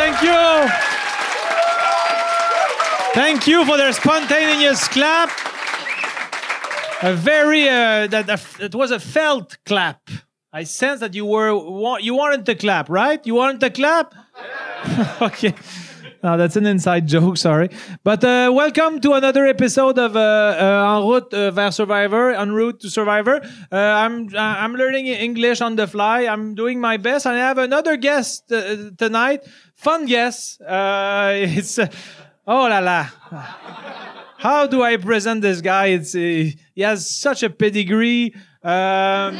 Thank you. Thank you for their spontaneous clap. A very uh, that that it was a felt clap. I sense that you were wa- you wanted to clap, right? You wanted to clap. okay. No, Ah, that's an inside joke, sorry. But uh, welcome to another episode of uh, uh, En route uh, vers Survivor, En route to Survivor. Uh, I'm uh, I'm learning English on the fly. I'm doing my best, and I have another guest uh, tonight. Fun guest. Uh, it's uh, oh la la. How do I present this guy? It's uh, he has such a pedigree. Um,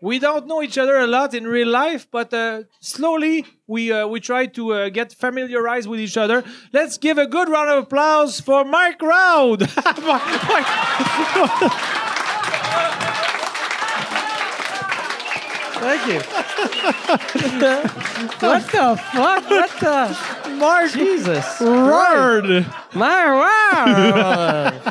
we don't know each other a lot in real life, but uh, slowly we uh, we try to uh, get familiarized with each other. Let's give a good round of applause for Mark Roud. Mark- Mark- Thank you. what the fuck? What the? Mark. Jesus. Roud. My word.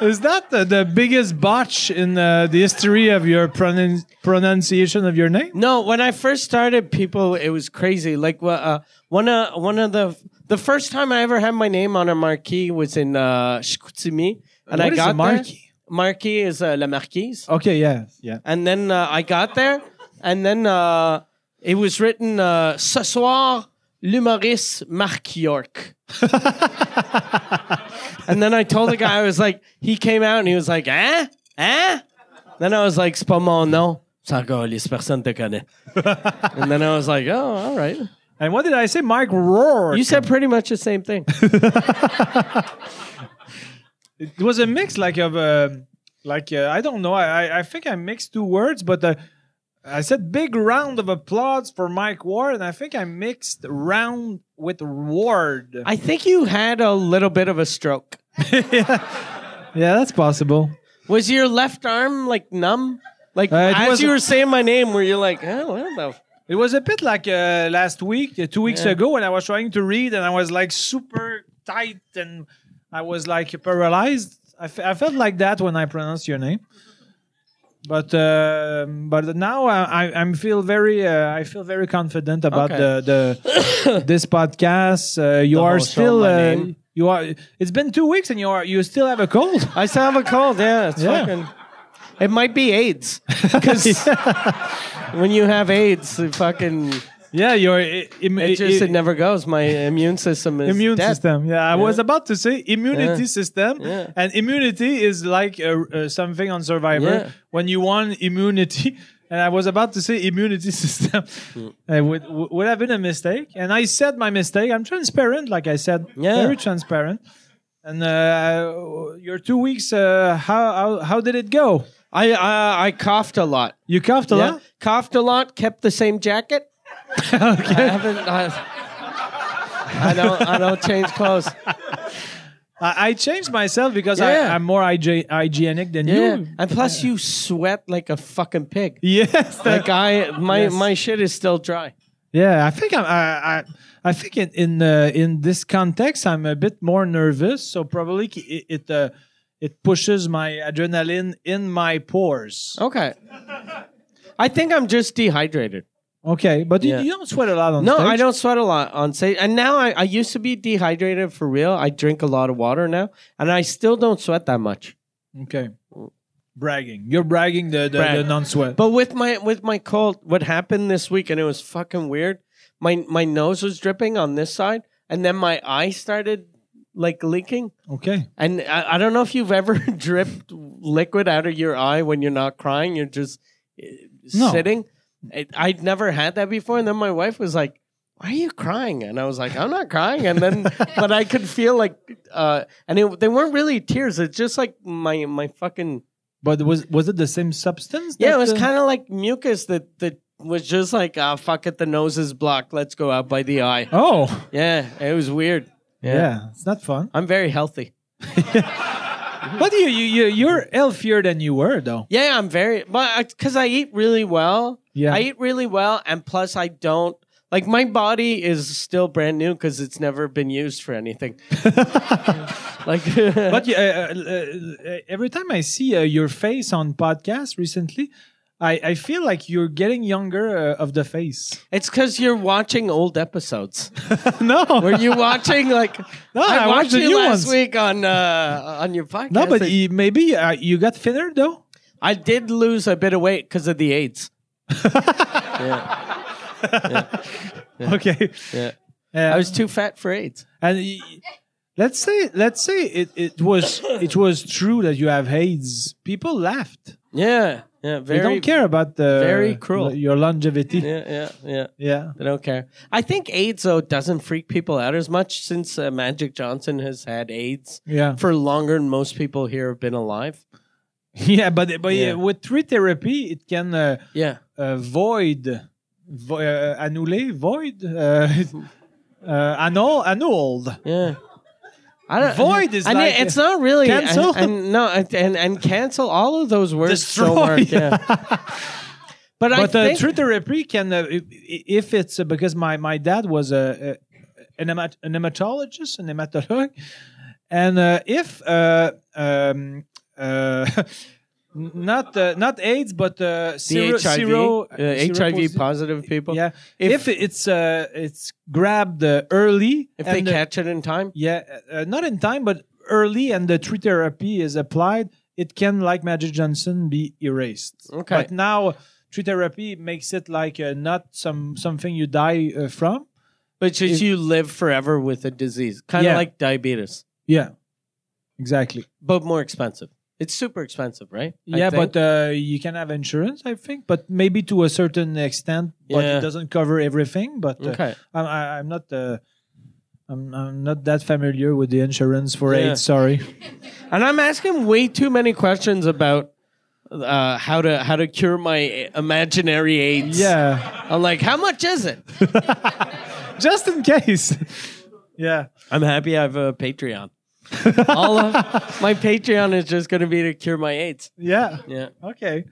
Is that the, the biggest botch in uh, the history of your pronun- pronunciation of your name? no, when I first started, people, it was crazy. Like, wha- uh, one of one of the the first time I ever had my name on a marquee was in uh, Shikutsumi, and I What is a got there- marquee? Marquee is uh, la marquise. Okay, yeah, yeah. And then uh, I got there, and then uh, it was written uh, Ce soir, l'humoriste Marc York. and then I told the guy, I was like, he came out and he was like, Hein? Hein? Then I was like, C'est pas mon nom. Ça calisse, personne te connaît. and then I was like, oh, all right. And what did I say? Mike Roar. You said pretty much the same thing. it was a mix like of uh, like uh, I don't know. I I- I think I mixed two words, but uh, I said big round of applause for Mike Ward, and I think I mixed round with Ward. I think you had a little bit of a stroke. yeah, that's possible. Was your left arm like numb? Like Uh, it as was- you were saying my name, were you like, oh, what the It was a bit like uh, last week, uh, two weeks Yeah. ago, when I was trying to read and I was like super tight and I was like paralyzed. I, fe- I felt like that when I pronounced your name. But uh, but now I, I I'm feel very uh, I feel very confident about Okay. the the this podcast. Uh, you whole are show, still my uh, name. you are. It's been two weeks and you are you still have a cold. I still have a cold. Yeah, it's Yeah. fucking. It might be AIDS because when you have AIDS, it fucking Yeah, you're. It, it just it never goes. My immune system is immune dead. system. Yeah, I was about to say immunity Yeah. system, Yeah. and immunity is like uh, uh, something on Survivor Yeah. when you want immunity. And I was about to say immunity Hmm. system. Uh, would would have been a mistake, and I said my mistake. I'm transparent, like I said, Yeah. very transparent. And uh, your two weeks, uh, how, how how did it go? I uh, I coughed a lot. You coughed a lot. coughed a lot. Kept the same jacket. I haven't. I, I don't. I don't change clothes. I, I changed myself because Yeah. I, I'm more hyg- hygienic than Yeah, you. and plus you sweat like a fucking pig. Yes, that- Like I, my Yes. my shit is still dry. Yeah, I think I'm, I, I, I think in in, uh, in this context I'm a bit more nervous, so probably ki- it it, uh, it pushes my adrenaline in my pores. Okay. I think I'm just dehydrated. Okay, but you- Yeah. you, don't sweat a lot on No, stage. I don't sweat a lot on stage. And now I, I used to be dehydrated for real. I drink a lot of water now, and I still don't sweat that much. Okay, bragging. You're bragging the the, Brag. the non-sweat. But with my with my cold, what happened this week, and it was fucking weird. My my nose was dripping on this side, and then my eye started like leaking. okay, And I, I don't know if you've ever dripped liquid out of your eye when you're not crying. You're just uh, No. sitting. It, I'd never had that before. And then my wife was like, "Why are you crying?" And I was like, "I'm not crying." And then, but I could feel like, uh, and it, they weren't really tears. It's just like my my fucking but was was it the same substance? yeah. It that, was uh, kind of like mucus that that was just like, "Ah, fuck it, the nose is blocked. Let's go out by the eye." Oh, Yeah, it was weird. yeah. it's not fun. I'm very healthy. But you you you you're healthier than you were though. Yeah, I'm very, but because I eat really well. Yeah. I eat really well, and plus I don't like my body is still brand new because it's never been used for anything. like, but uh, uh, uh, every time I see uh, your face on podcasts recently, I, I feel like you're getting younger uh, of the face. It's because you're watching old episodes. no, Were you watching like? No, I watched I, watched, the you new last ones. week on uh, on your podcast. no, but I, you, maybe uh, you got thinner though. I did lose a bit of weight because of the AIDS. Okay, Yeah, uh, I was too fat for AIDS. and y- let's say let's say it, it was it was true that you have AIDS. People laughed. Yeah, yeah, They very. don't care about the very cruel. your longevity. Yeah. Yeah, yeah, yeah. They don't care. I think AIDS though doesn't freak people out as much since uh, Magic Johnson has had AIDS Yeah, for longer than most people here have been alive. yeah, but but Yeah. uh, with tree therapy, it can uh, Yeah, uh, void, vo- uh, annuler, void, uh, uh, annul, annulled. yeah. I don't, Void is and like- it's not really Cancel? And, and no, and, and and cancel all of those words Destroy. don't work. Yeah. But, I But uh, think tree therapy can, uh, i- i- if it's uh, because my, my dad was a, a an, hemat- an hematologist, an hematologue, and uh, if uh, um, uh, not uh, not AIDS, but uh, the zero, HIV, zero, uh, zero HIV posi- positive people, yeah, if, If- it's uh, it's grabbed uh, early, if they and, uh, catch it in time, yeah, uh, not in time, but early, and the tree therapy is applied, it can, like Magic Johnson, be erased. Okay. But now, tree therapy makes it like uh, not some something you die uh, from. but if- just you live forever with a disease, kind of Yeah. like diabetes. Yeah, exactly. but more expensive. It's super expensive, right? I yeah, think. but uh, you can have insurance, I think, but maybe to a certain extent, but Yeah. it doesn't cover everything. But uh, okay. I'm, I, I'm not. Uh, I'm, I'm not that familiar with the insurance for Yeah. AIDS. Sorry. And I'm asking way too many questions about uh, how to how to cure my imaginary AIDS. Yeah. I'm like, how much is it? Just in case. yeah. I'm happy I have a Patreon. All of my Patreon is just going to be to cure my AIDS. Yeah. Yeah. Okay.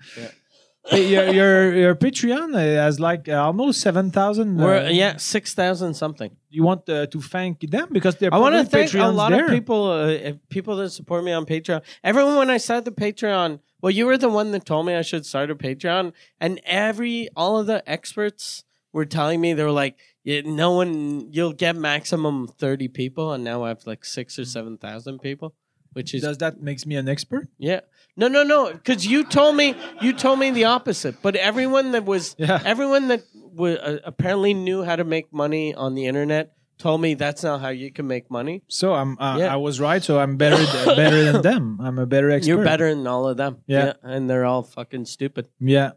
Hey, your, your your Patreon uh, has like uh, almost seven thousand. uh, We're yeah, 6,000 something. You want uh, to thank them because they're. I want to probably thank a Patreons lot there. of people, uh, if- people that support me on Patreon. Everyone, when I started the Patreon, well, you were the one that told me I should start a Patreon, and every all of the experts were telling me they were like, yeah, "No one, you'll get maximum thirty people," and now I have like six or seven thousand people, which is Does that makes me an expert? yeah. No, no, no. Because you told me you told me the opposite. But everyone that was Yeah. everyone that wa uh, apparently knew how to make money on the internet told me that's not how you can make money. So I'm. Uh, Yeah. I was right. So I'm better th- better than them. I'm a better expert. You're better than all of them. Yeah. and they're all fucking stupid. Yeah.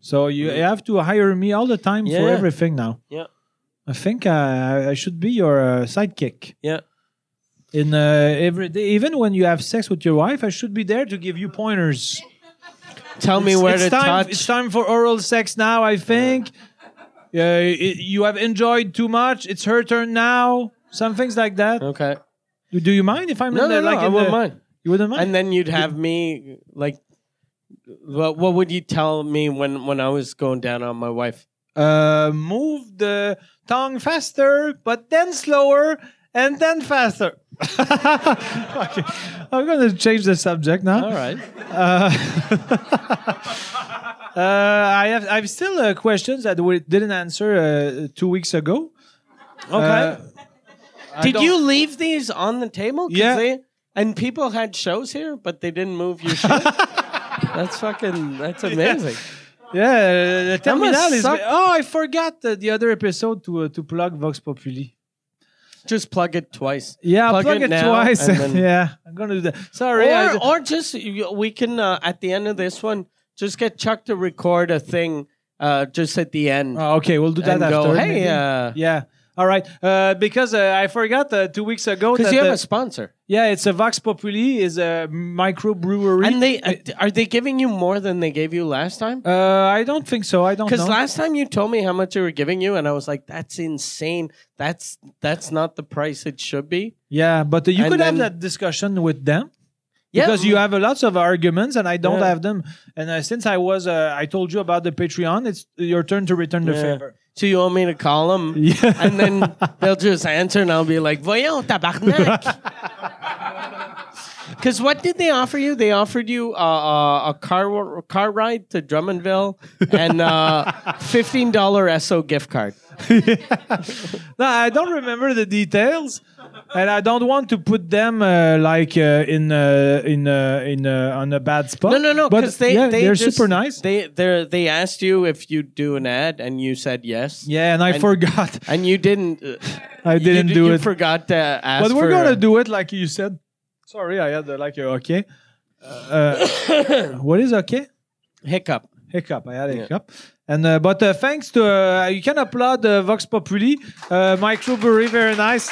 So you have to hire me all the time for Mm-hmm. Yeah. everything now. Yeah. I think I, I should be your uh, sidekick Yeah. in uh, every day. Even when you have sex with your wife, I should be there to give you pointers. Tell me It's- where it's to time, touch. It's time for oral sex now, I think. Yeah, i- you have enjoyed too much. It's her turn now. Some things like that. okay. Do, do you mind if I'm No, in no, there, no. like I in wouldn't the- mind. You wouldn't mind. And then you'd have me like, what? What would you tell me when when I was going down on my wife? uh, move the tongue faster, but then slower, and then faster. okay. I'm gonna change the subject now. All right. Uh, I have I've still uh, questions that we didn't answer uh, two weeks ago. Uh, Okay. I Did don't- you leave these on the table? 'Cause Yeah. they- and people had shows here, but they didn't move your shit. that's fucking. That's amazing. Yeah, uh, the terminal must is. suck. Oh, I forgot uh, the other episode to uh, to plug Vox Populi. Just plug it twice. Yeah, Plug plug it it, now, twice. and then- yeah, I'm gonna do that. Sorry. I- Or, or just you- we can uh, at the end of this one just get Chuck to record a thing uh, just at the end Oh, okay, we'll do that and after. go, maybe. hey, uh, Yeah. All right. Uh, because uh, I forgot uh, two weeks ago because that you have uh, a sponsor, yeah, it's a Vox Populi is a microbrewery. and they uh, are they giving you more than they gave you last time? uh, I don't think so. I don't know. Because last time you told me how much they were giving you, and I was like, "That's insane. That's that's not the price it should be." yeah, but uh, you And could have then- that discussion with them. Yeah, because you have a lots of arguments and I don't Yeah. have them. And uh, since I was, uh, I told you about the Patreon. It's your turn to return the Yeah. favor. So you want me to call them? Yeah. And then they'll just answer, and I'll be like, voyons, tabarnak. Because what did they offer you? They offered you uh, uh, a car a car ride to Drummondville and uh, fifteen dollar ESO gift card. No, I don't remember the details, and I don't want to put them uh, like uh, in uh, in uh, in uh, on a bad spot. No, no, no. But Because they, yeah, they they're just- super nice. They they they asked you if you do an ad, and you said yes. yeah, and I and- forgot. And you didn't. uh, I you didn't d- do you it. Forgot to ask. But we're for- uh, gonna do it like you said. Sorry, I had uh, like a okay. Uh, uh, what is okay? hiccup. Hiccup. I had a Yeah. hiccup. And uh, but uh, thanks to uh, you can applaud uh, Vox Populi, uh, microbrewery, very nice.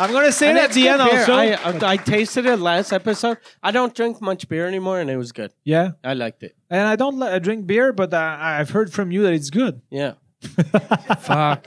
I'm gonna say And it at that's the good end beer. also. I, uh, I, I tasted it last episode. I don't drink much beer anymore, and it was good. yeah, I liked it. and I don't li- I drink beer, but I, I've heard from you that it's good. Yeah. Fuck.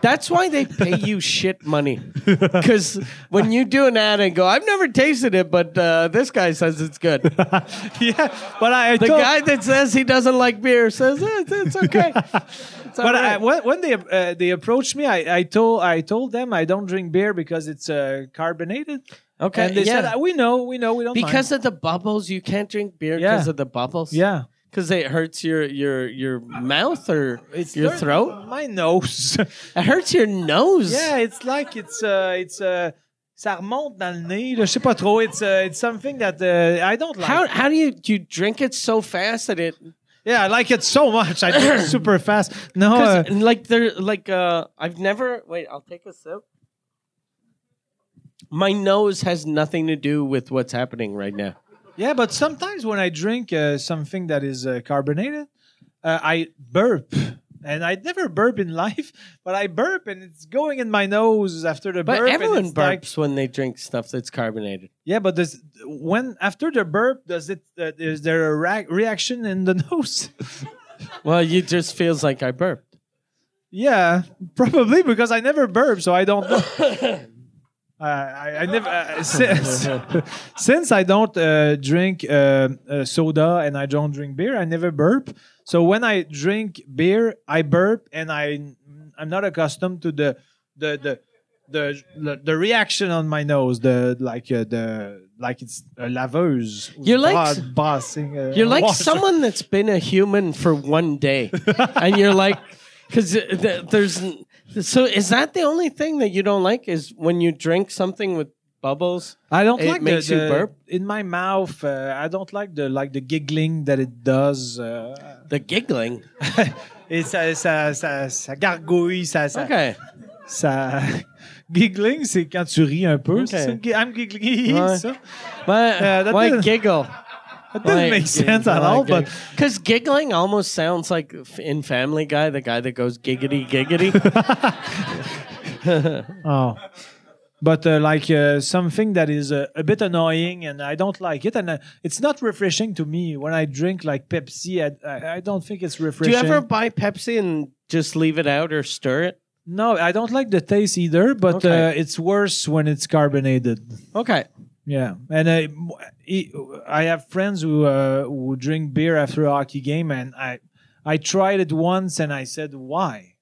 That's why they pay you shit money. Because when you do an ad and go, I've never tasted it, but uh, this guy says it's good. The yeah, but I, I told- guy that says he doesn't like beer says eh, it's, it's okay. It's all But I, right. when, when they uh, they approached me, I, I told I told them I don't drink beer because it's uh, carbonated. Okay, and they yeah. said "Ah, we know, we know, we don't mind." because of the bubbles, you can't drink beer Yeah. because of the bubbles. yeah, because it hurts your your your mouth or your Learn- throat. my nose. It hurts your nose. yeah, it's like it's uh, it's uh, ça remonte dans le nez. Je sais pas trop. It's uh, it's something that uh, I don't like. How how do you you drink it so fast that it yeah, I like it so much. I drink super fast. No, uh, 'Cause, like there like uh I've never wait, I'll take a sip. My nose has nothing to do with what's happening right now. yeah, but sometimes when I drink uh, something that is uh, carbonated, uh, I burp. And I never burp in life, but I burp and it's going in my nose after the But burp. and everyone it's like- burps when they drink stuff that's carbonated. Yeah, but does when after the burp does it uh, is there a ra- reaction in the nose? Well, you just feels like I burped. yeah, probably because I never burp, so I don't know. Uh, I, I never uh, since, since I don't uh, drink uh, uh, soda and I don't drink beer. I never burp. So when I drink beer, I burp, and I I'm not accustomed to the the the the the, the reaction on my nose. The like uh, the like it's a laveuse. You're like- Bra- bossing. uh, You're like wash. someone that's been a human for one day, and you're like, because there's so is that the only thing that you don't like is when you drink something with bubbles? I don't It like makes the, you the- burp? in my mouth. Uh, I don't like the like the giggling that it does. Uh, The giggling. et ça, ça, ça, ça gargouille, ça, ça, Okay. ça- Giggling, c'est quand tu ris un peu. Ok. c'est ça? Gi- I'm giggling, Ouais. ça. But Yeah, that why doesn't- giggle? That doesn't make sense at all, but because giggling almost sounds like f- in Family Guy, the guy that goes giggity giggity. oh. But uh, like uh, something that is uh, a bit annoying, and I don't like it, and uh, it's not refreshing to me when I drink like Pepsi. I, I, I don't think it's Do refreshing. you ever buy Pepsi and just leave it out or stir it? No, I don't like the taste either, but Okay. uh, it's worse when it's carbonated. Okay. Yeah, and I, e, I have friends who uh, who drink beer after a hockey game, and I I tried it once, and I said, "Why?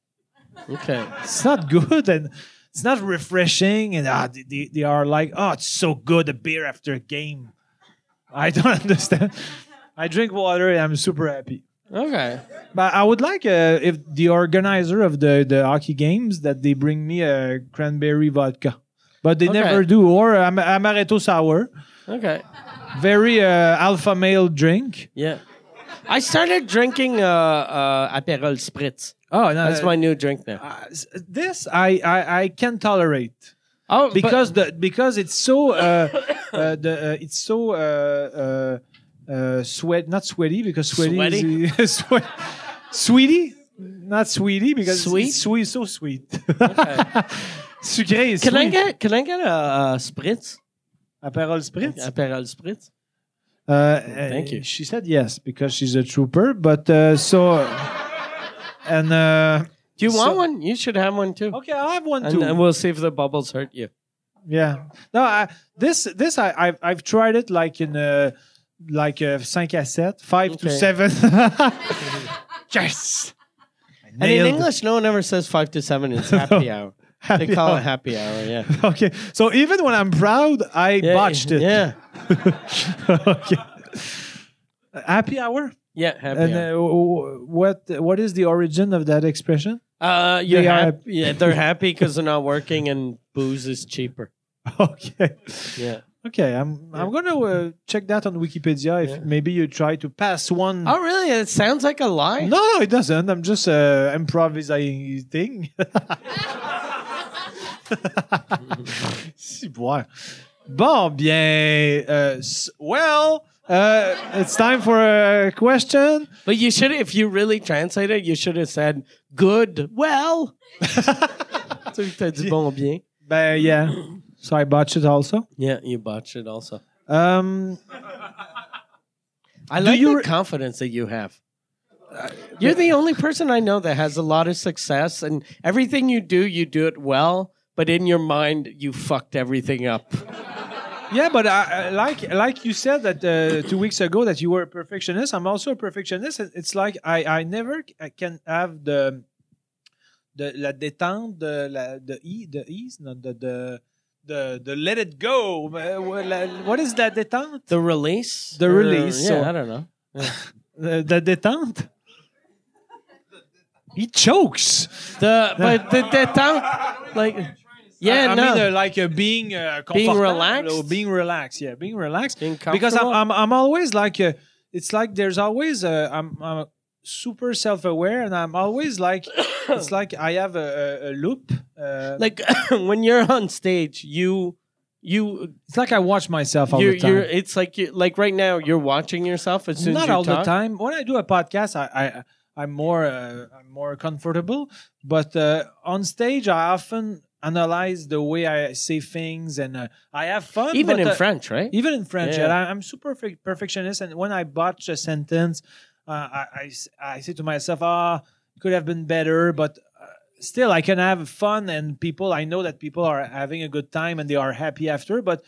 Okay. It's not good, and it's not refreshing." And ah, they- they, they are like, "Oh, it's so good a beer after a game." I don't understand. I drink water, and I'm super happy. Okay. But I would like uh, if the organizer of the the hockey games that they bring me a cranberry vodka, but they Okay. never do, or am- amaretto sour Okay. very uh, alpha male drink. Yeah. I started drinking uh, uh, Aperol Spritz. Oh, no, That's my new drink now. uh, s- this I, I I can tolerate Oh, but- because the because it's so uh, uh, the uh, it's so uh, uh, uh, sweat not sweaty because sweaty Sweaty? is, sweat, sweetie not sweetie because Sweet? it's sweet so sweet. Sucré is can I sweet. get can I get a, uh Spritz? Aperol Spritz? Aperol Spritz. Uh, Thank uh, you. She said yes because she's a trooper, but uh, so and uh, Do you So- want one? You should have one too. okay, I have one And, uh, too. and we'll see if the bubbles hurt you. Yeah. No, I, this this I I've, I've tried it like in uh like uh, cinq à sept, five to Okay. seven. yes. I And in nailed it. English, no one ever says five to seven. It's happy hour. Happy They call hour. it happy hour. Yeah. Okay. So even when I'm proud, I yeah botched it. Yeah. okay. Happy hour? Yeah. Happy And hour. uh, w- what what is the origin of that expression? Uh, you're they are- hap- yeah, they're happy because they're not working and booze is cheaper. Okay. Yeah. Okay, I'm I'm going to uh, check that on Wikipedia if Yeah. maybe you try to pass one Oh, really? It sounds like a lie. No, no, it doesn't. I'm just uh, improvising. C'est boire. Bon, bien. Uh, s- well, uh, it's time for a question. But you should, if you really translate it, you should have said good, well. so t'as dit bon bien. Ben, yeah. So I botched it also. Yeah, you botched it also. Um, I like you the re- confidence that you have. You're the only person I know that has a lot of success, and everything you do, you do it well. But in your mind, you fucked everything up. yeah, but I, I- like like you said that uh, two weeks ago that you were a perfectionist. I'm also a perfectionist. It- It's like I I never c- I can have the the la détente, the la, the e the ease, not the the the, the let it go. Uh, well, la- What is la détente? The release, The Or- release, Yeah, or- I don't know. Uh, the détente. He chokes. The Uh, but the détente, like yeah, I, I no. mean, uh, like uh, being uh, Being comfortable, relaxed? uh, being relaxed. Yeah, being relaxed. Being because I'm, I'm, comfortable? I'm always like, uh, it's like there's always uh, I'm, I'm super self-aware, and I'm always like, it's like I have a, a, a loop. Uh, like when you're on stage, you you it's like I watch myself all you're, the time. you're it's like you like right now you're watching yourself as soon as Not you all talk. the time. When I do a podcast, I, I I'm more uh, I'm more comfortable. But uh, on stage, I often analyze the way I say things, and uh, I have fun. Even but, in uh, French, right? even in French. Yeah. and I, I'm super perfec- perfectionist, and when I botch a sentence, uh, I, I s- I say to myself, "Ah, it could have been better," but uh, still, I can have fun, and people. I know that people are having a good time and they are happy after, but.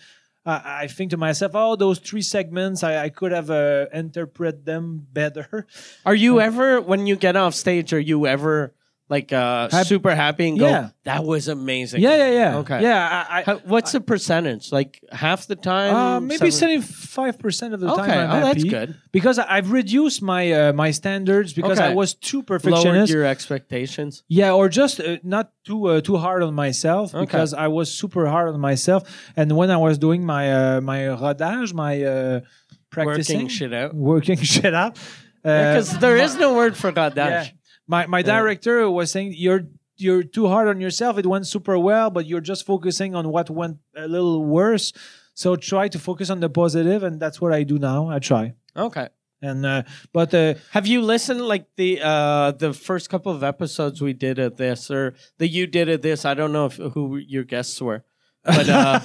Uh, I think to myself, oh, those three segments, I, I could have uh, interpret them better. Are you ever when you get off stage? Are you ever like uh, Hap- super happy and go? Yeah. That was amazing. Yeah, yeah, yeah. Okay. Yeah, I, I, How, what's the percentage? Like half the time? uh, maybe seven- seventy-five percent of the Okay. time. I'm oh, that's happy. good. Because I- I've reduced my uh, my standards because Okay. I was too Lowered perfectionist. your expectations. Yeah, or just uh, not too uh, too hard on myself Okay. because I was super hard on myself. And when I was doing my uh, my rodage, my uh, practicing Working shit out. working shit up, uh, Because there is no word for God dash. yeah. my my director was saying you're you're too hard on yourself. It went super well, but you're just focusing on what went a little worse. So try to focus on the positive, and that's what I do now. I try, Okay. and uh, but uh, Have you listened like the uh the first couple of episodes we did at this or that you did at this? I don't know if, who your guests were, but uh,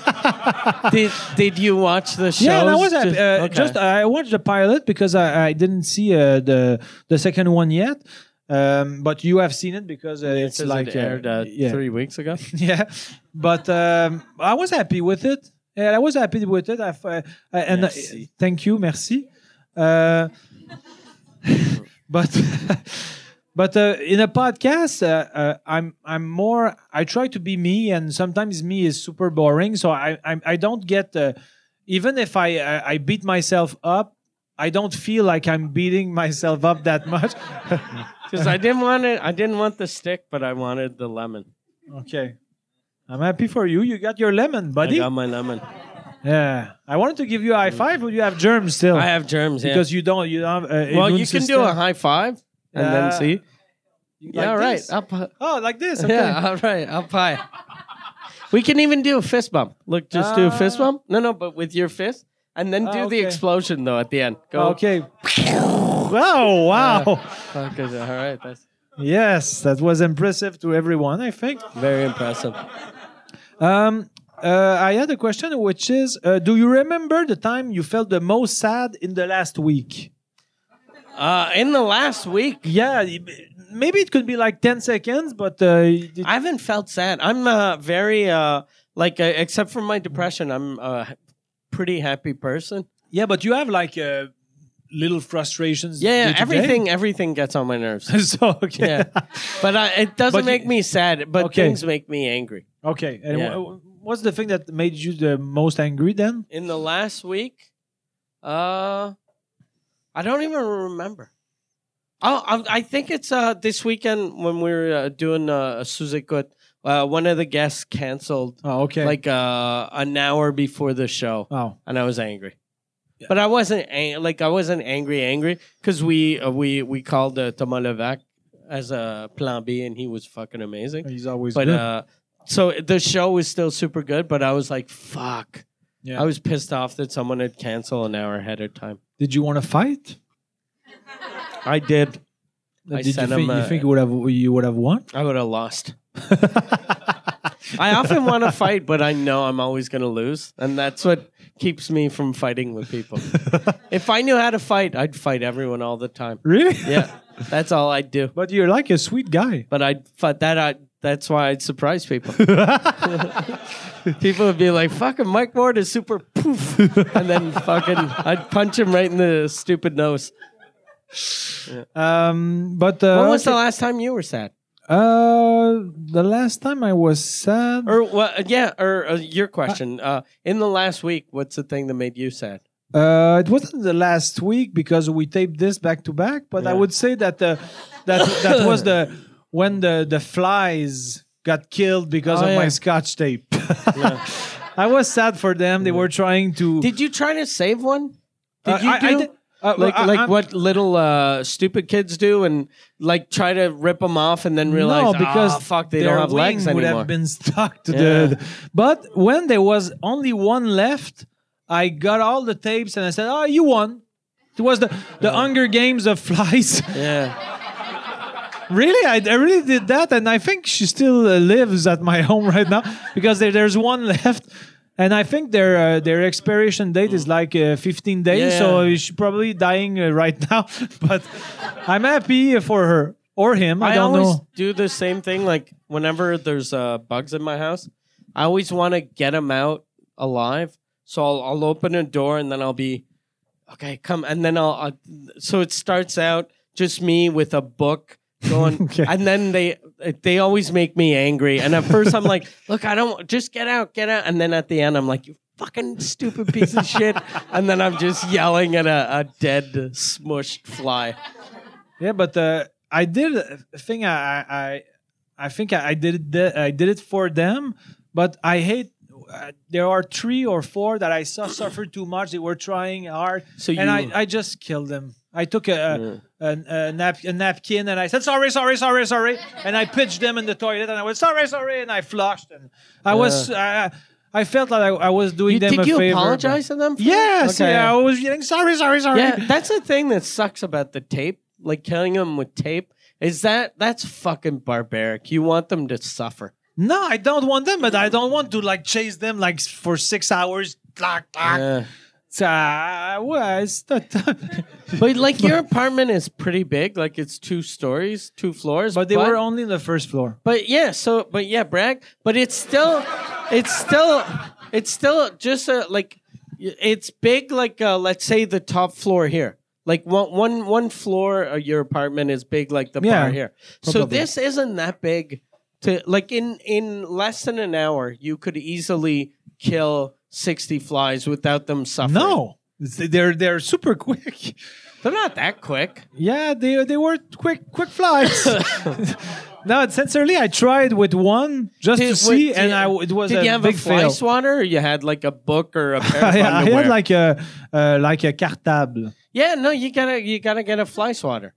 did did you watch the show? Yeah, and I was happy. uh, just I watched the pilot because I, I didn't see uh, the the second one yet. Um, but you have seen it because uh, it's like it aired uh, uh, yeah, three weeks ago. yeah. But um, I was happy with it. Yeah, I was happy with it. I, f- uh, and uh, Merci. thank you, merci. Uh, but but uh, in a podcast, uh, uh, I'm I'm more. I try to be me, and sometimes me is super boring. So I I, I don't get. Uh, even if I, I I beat myself up, I don't feel like I'm beating myself up that much. Because I didn't want it. I didn't want the stick, but I wanted the lemon. okay. I'm happy for you. You got your lemon, I buddy. got my lemon. Yeah, I wanted to give you a high five, but you have germs still Mm. I have germs. Yeah. because you don't. You don't. Have, uh, well, immune you can system. do a high five and Yeah. then see. Like yeah, all right. this. Up, hi- Oh, like this. Okay. Yeah, all right. Up high. we can even do a fist bump. Look, just do a fist Ah. bump. No, no, but with your fist, and then Ah, do the okay. explosion though at the end. Go. Okay. Oh wow! Fuck it, All right. That's Yes, that was impressive to everyone. I think. very impressive. Um, uh, I had a question, which is, uh, do you remember the time you felt the most sad in the last week? Uh, in the last week, Yeah, y- maybe it could be like ten seconds, but uh, it- I haven't felt sad. I'm uh, very uh, like uh, except for my depression, I'm a pretty happy person. yeah, but you have like uh, little frustrations. Yeah, yeah, day to day? everything, everything gets on my nerves. so okay. Yeah, but I, it doesn't But you- make me sad. But Okay. things make me angry. Okay. And Yeah. wh- what's the thing that made you the most angry then? In the last week, uh, I don't even remember. Oh, I, I think it's uh this weekend when we were uh, doing uh, a Suzukut. Uh, one of the guests canceled Oh, okay. like uh an hour before the show. oh, and I was angry. But I wasn't ang- like I wasn't angry angry because we uh, we we called uh, Thomas Levac as a plan B and he was fucking amazing. he's always But good. uh, so the show was still super good. But I was like, fuck. Yeah. I was pissed off that someone had canceled an hour ahead of time. did you want to fight? Uh, I did. I did you sent think, him you uh, a- think you would have you would have won? I would have lost. I often want to fight, but I know I'm always going to lose, and that's what keeps me from fighting with people. if I knew how to fight, I'd fight everyone all the time. Really? yeah, that's all I do. But you're like a sweet guy. But I but that I that's why I'd surprise people. people would be like, "Fucking Mike Ward is super poof," and then fucking I'd punch him right in the stupid nose. Um, but uh, When was the okay. last time you were sad? Uh, the last time I was sad, Or what? Yeah, or uh, your question. Uh, in the last week, what's the thing that made you sad? uh, it wasn't the last week because we taped this back to back. But I Yeah. would say that uh, that that was the when the the flies got killed because Oh, of yeah. my scotch tape. I was sad for them. They were trying to. Did you try to save one? Uh, Did you I- do? I did- uh, like I- like I'm- what little uh, stupid kids do, and like try to rip them off, and then realize no, because "Ah, fuck they their don't have wing legs would anymore. have been stuck to Yeah. the. But when there was only one left, I got all the tapes and I said, "Oh, you won." It was the the Hunger Games of flies. yeah. really, I, I really did that, and I think she still uh, lives at my home right now because there, there's one left. And I think their uh, their expiration date is like uh, 15 days, Yeah. so she's probably dying uh, right now. but I'm happy for her or him. I, I, don't always know. do the same thing. Like whenever there's uh, bugs in my house, I always want to get them out alive. So I'll, I'll open a door and then I'll be okay. Come and then I'll. i so it starts out just me with a book going, Okay. and then they they always make me angry. And at first I'm like, look, I don't just get out, get out. And then at the end I'm like, you fucking stupid piece of shit. And then I'm just yelling at a, a dead smushed fly. Yeah, but uh, I did a thing. I I- I I think I I did it. I did it for them, but I hate. Uh, there are three or four that I saw suffer too much. They were trying hard, So and I, you- I just killed them. I took a, a, a, a nap, a napkin and I said sorry, sorry, sorry, sorry, and I pitched them in the toilet and I was sorry, sorry, and I flushed and I was I, I felt like I, I was doing You- them did a you favor. but- apologize to them? For Yes, Okay. yeah, I was yelling sorry, sorry, sorry. Yeah, that's the thing that sucks about the tape, like killing them with tape, is that that's fucking barbaric. You want them to suffer. No, I don't want them, but I don't want to like chase them like for six hours. Clack, clack. Yeah. It's, uh, well, it's not- But like your apartment is pretty big, like it's two stories, two floors. but they were only in the first floor. But yeah, so but yeah, brag. But it's still, it's still, it's still just a like, it's big. Like uh, let's say the top floor here. Like one one one floor of your apartment is big, like the Yeah, bar here. So probably. this isn't that big. To like in in less than an hour, you could easily kill sixty flies without them suffering. No, It's- they're they're super quick. they're not that quick. Yeah, they they were quick quick flies. no, sincerely, I tried with one just to Did- see, wait, and did- I it was Did a you have big a fly fail. swatter, or you had like a book or a pair of I, I underwear? had like a uh, like a cartable. yeah, no, you gotta you gotta get a fly swatter.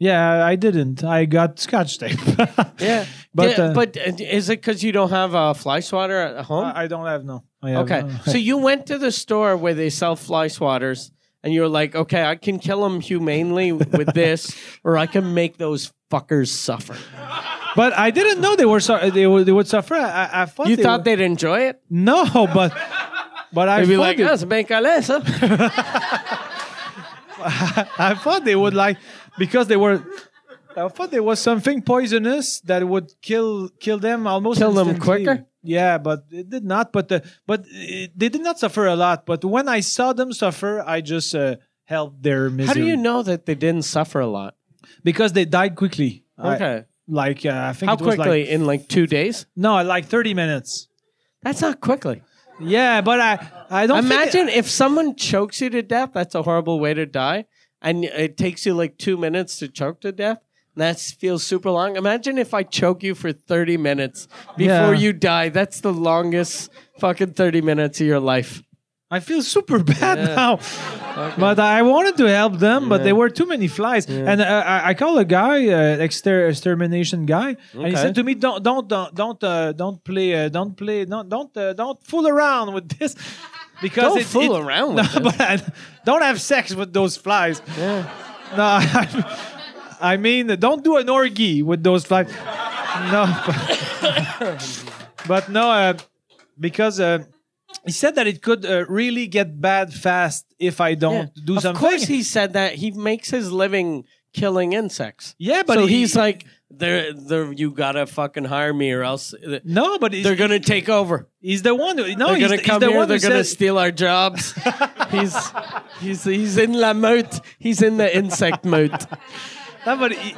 Yeah, I didn't. I got scotch tape. Yeah, But, but uh, but uh, is it because you don't have a fly swatter at home? I I don't have no. I have okay, no. so you went to the store where they sell fly swatters, and you're like, okay, I can kill them humanely with this, or I can make those fuckers suffer. But I didn't know they were su- they would, they would suffer. I, I- I thought You they thought were- they'd enjoy it? no, but but I They'd be thought like, they, "Ah, c'est bien calé, ça." I thought they would like because they were. I thought there was something poisonous that would kill kill them almost Kill them instantly. quicker? Yeah, but it did not. But the, but uh, they did not suffer a lot. But when I saw them suffer, I just uh, help their misery. How do you know that they didn't suffer a lot? Because they died quickly. I- Okay. like uh, I think How it was quickly? like in like two days? no, like 30 minutes. That's not quickly. Yeah, but I I don't think- Imagine if someone chokes you to death. That's a horrible way to die, and it takes you like two minutes to choke to death. and That feels super long. Imagine if I choke you for thirty minutes Yeah. before you die. That's the longest fucking thirty minutes of your life. I feel super bad Yeah. now. But I wanted to help them, but there were too many flies. And uh, I, I called a guy, uh, exter- extermination guy, and he Okay. said to me, "Don't, don't, don't, don't, uh, don't play, uh, don't play, don't, don't, uh, don't fool around with this." Because Don't it- fool it- around No, with but I, don't have sex with those flies. No, I, I mean, don't do an orgy with those flies. No, but, but no, uh, because uh, he said that it could uh, really get bad fast if I don't Yeah. do of something. course, he said that he makes his living killing insects. Yeah, but so he- he's like, "They're, they're, you gotta fucking hire me, or else uh, no, but he's, they're gonna take over. he's the one. Who, no, They're he's, the- gonna he's come the here. one They're who gonna said, steal our jobs." he's he's he's in la meute. He's in the insect meute. No, but he,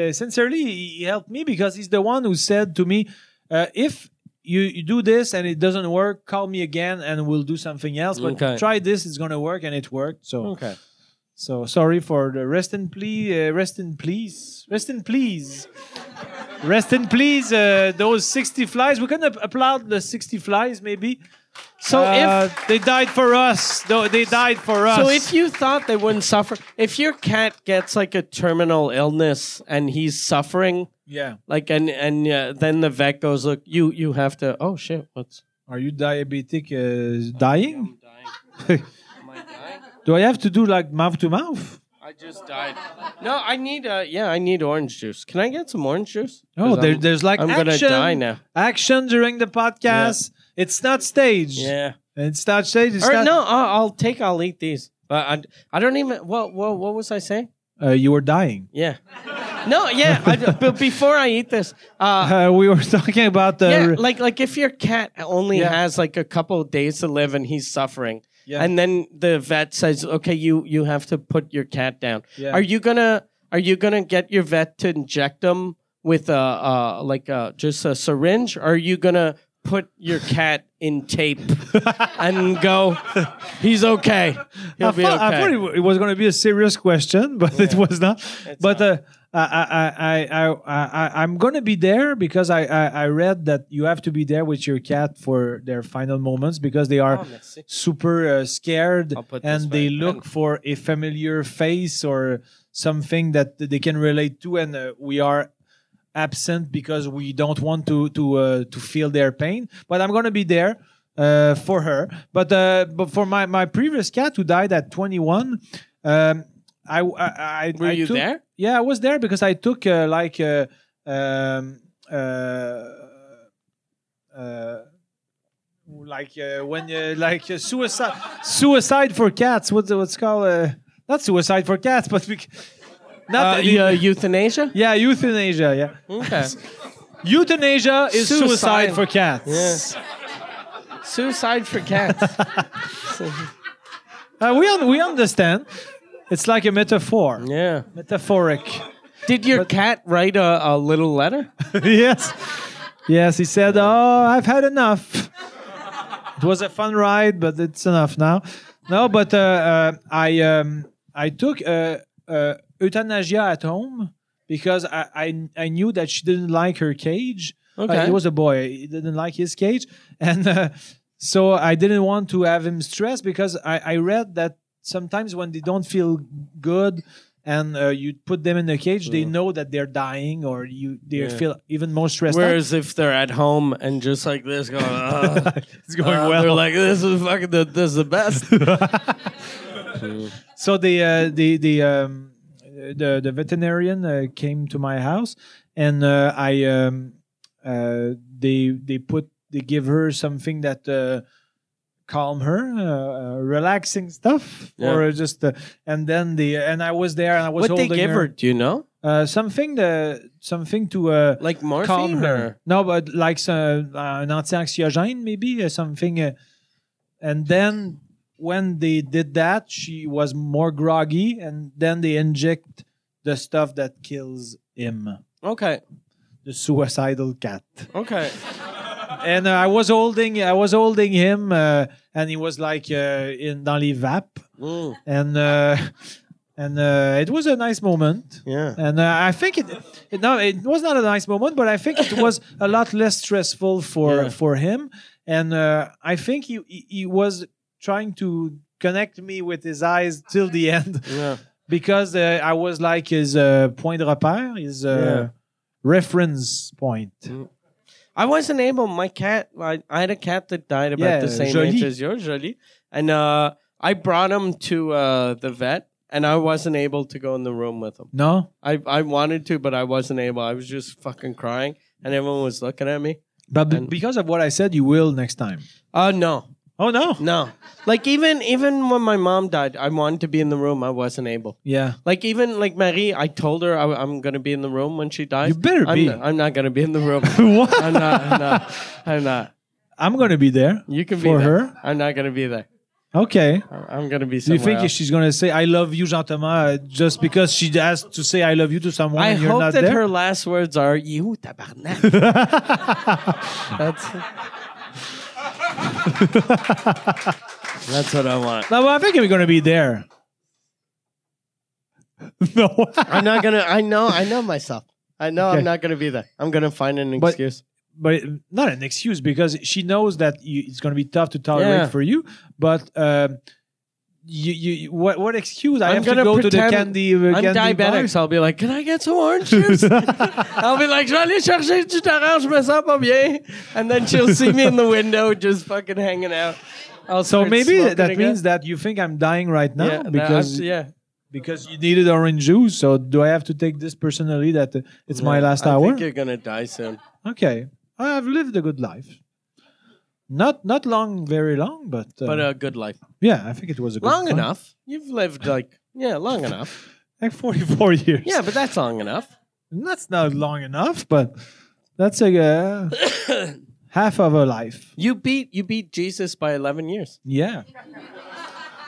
uh, sincerely, he helped me because he's the one who said to me, uh, if you, you do this and it doesn't work, call me again and we'll do something else. But Okay. try this; it's gonna work, and it worked. So, Okay. so sorry for the rest in please, uh, rest in please, rest in please, rest in please. Uh, those sixty flies, we can ap- applaud the sixty flies, maybe. So Uh, if they died for us, though they died for us. so, if you thought they wouldn't suffer, if your cat gets like a terminal illness and he's suffering, yeah, like and and uh, then the vet goes, "Look, you you have to." Oh shit! What's are you diabetic? Uh, dying? dying? Am I dying? Do I have to do like mouth to mouth? I just died. No, I need uh yeah, I need orange juice. Can I get some orange juice? Oh, 'Cause there, I'm- there's like I'm action, gonna die now. action during the podcast. It's not staged. Yeah. It's not staged. It's Or not, no, I'll, I'll take. I'll eat these. But I, I don't even. What what what was I saying? Uh, you were dying. Yeah. No, yeah. I, but before I eat this, uh, Uh, we were talking about the. yeah, like like if your cat only Yeah. has like a couple of days to live and he's suffering, Yeah. and then the vet says, "Okay, you you have to put your cat down." Yeah. Are you gonna Are you gonna get your vet to inject them with a uh, like uh just a syringe? Or are you gonna put your cat in tape and go? He's okay. He'll I, be thought, I okay. thought it, wa- it was going to be a serious question, but it was not. but Uh, I, I, I, I, I, I, I'm going to be there because I, I, I read that you have to be there with your cat for their final moments because they are Oh, let's see. super uh, scared I'll put this and they right look then. for a familiar face or something that they can relate to, and uh, we are absent because we don't want to to uh, to feel their pain. But I'm gonna be there uh, for her. But uh, but for my my previous cat who died at 21, um, I I, I Were I you took- there? Yeah, I was there because I took uh, like uh, um, uh, uh, like uh, when uh, like uh, suicide suicide for cats. What's what's called? Uh, not suicide for cats, but we. c- Not Uh, the- yeah, euthanasia. yeah, euthanasia. Yeah. Okay. Euthanasia is suicide, Suicide. for cats. Suicide for cats. Uh, we un- we understand. It's like a metaphor. yeah. Metaphoric. Did your cat write a, a little letter? yes. Yes, he said, "Oh, I've had enough." It was a fun ride, but it's enough now. No, but uh, uh, I um, I took uh, uh, euthanasia at home because I, I I knew that she didn't like her cage. Okay. Uh, it was a boy. He didn't like his cage, and uh, so I didn't want to have him stressed because I, I read that sometimes when they don't feel good and uh, you put them in a cage, they know that they're dying or you they Mm. Yeah. feel even more stressed. out. Whereas if they're at home and just like this going, "Ugh," it's going uh, they're like, this is fucking the, this is the best. So the uh, the the um, the the veterinarian uh, came to my house, and uh, I um, uh, they they put they give her something that uh, calm her, uh, uh, relaxing stuff, Yeah. or just uh, and then the and I was there and I was what they holding give her, do you know? uh, something the something to uh, Like morphine? calm her. or- No, but like uh, an anti-anxiogène maybe uh, something, uh, and then when they did that, she was more groggy, and then they inject the stuff that kills him, Okay. the suicidal cat. Okay. And uh, I was holding, I was holding him, uh, and he was like uh, in dans les vapes, Mm, and uh, and uh, it was a nice moment. yeah. And uh, I think it, it no, it was not a nice moment, but I think it was a lot less stressful for Yeah. for him. And uh, I think he he he was trying to connect me with his eyes till the end Yeah. because uh, I was like his uh, point de repère, his uh, Yeah. reference point. I wasn't able. My cat. I, I had a cat that died about Yeah, the same Jolie. age as yours, Jolie. And uh, I brought him to uh, the vet, and I wasn't able to go in the room with him. No, I I wanted to, but I wasn't able. I was just fucking crying, and everyone was looking at me. but b- And- because of what I said, you will next time. Uh no, Oh no! no. Like even even when my mom died, I wanted to be in the room. I wasn't able. Yeah, Like even like Marie, I told her I, am gonna be in the room when she You dies. better I'm be. Not, I'm not gonna be in the room. What? I'm not. I'm not. I'm not. I'm gonna be there. You can be For there. her? I'm not gonna be there. Okay. I- I'm gonna be Do you somewhere. think else. she's gonna say "I love you, Jean Thomas" uh, just because she has to say "I love you" to someone? and I you're hope not that there? her last words are "you tabarnak." That's. That's what I want. No, but I think we're gonna be there. no, I'm not gonna. I know. I know myself. I know Okay. I'm not gonna be there. I'm gonna find an But- excuse. but uh, not an excuse because she knows that you, it's gonna be tough to tolerate Yeah. for you. But um, you, you, you- what, what excuse? I I'm have to gonna go to the pretend candy. Uh, I'm candy diabetic, so I'll be like, "Can I get some orange juice?" I'll be like, "Je vais aller chercher du orange, je me sens pas bien," and then she'll see me in the window, just fucking hanging out. I'll So start maybe smoking that again. means that you think I'm dying right now yeah, no, because I'm- yeah. because you needed orange juice. So do I have to take this personally that uh, it's my last I hour? think you're gonna die soon. Okay, I have lived a good life. Not not long, very long, but, uh, But a good life, yeah, I think it was a good long one. enough. You've lived like yeah, long enough. like forty four years. Yeah, but that's long enough. that's not long enough, but that's a uh, half of a life. You beat you beat Jesus by eleven years. Yeah,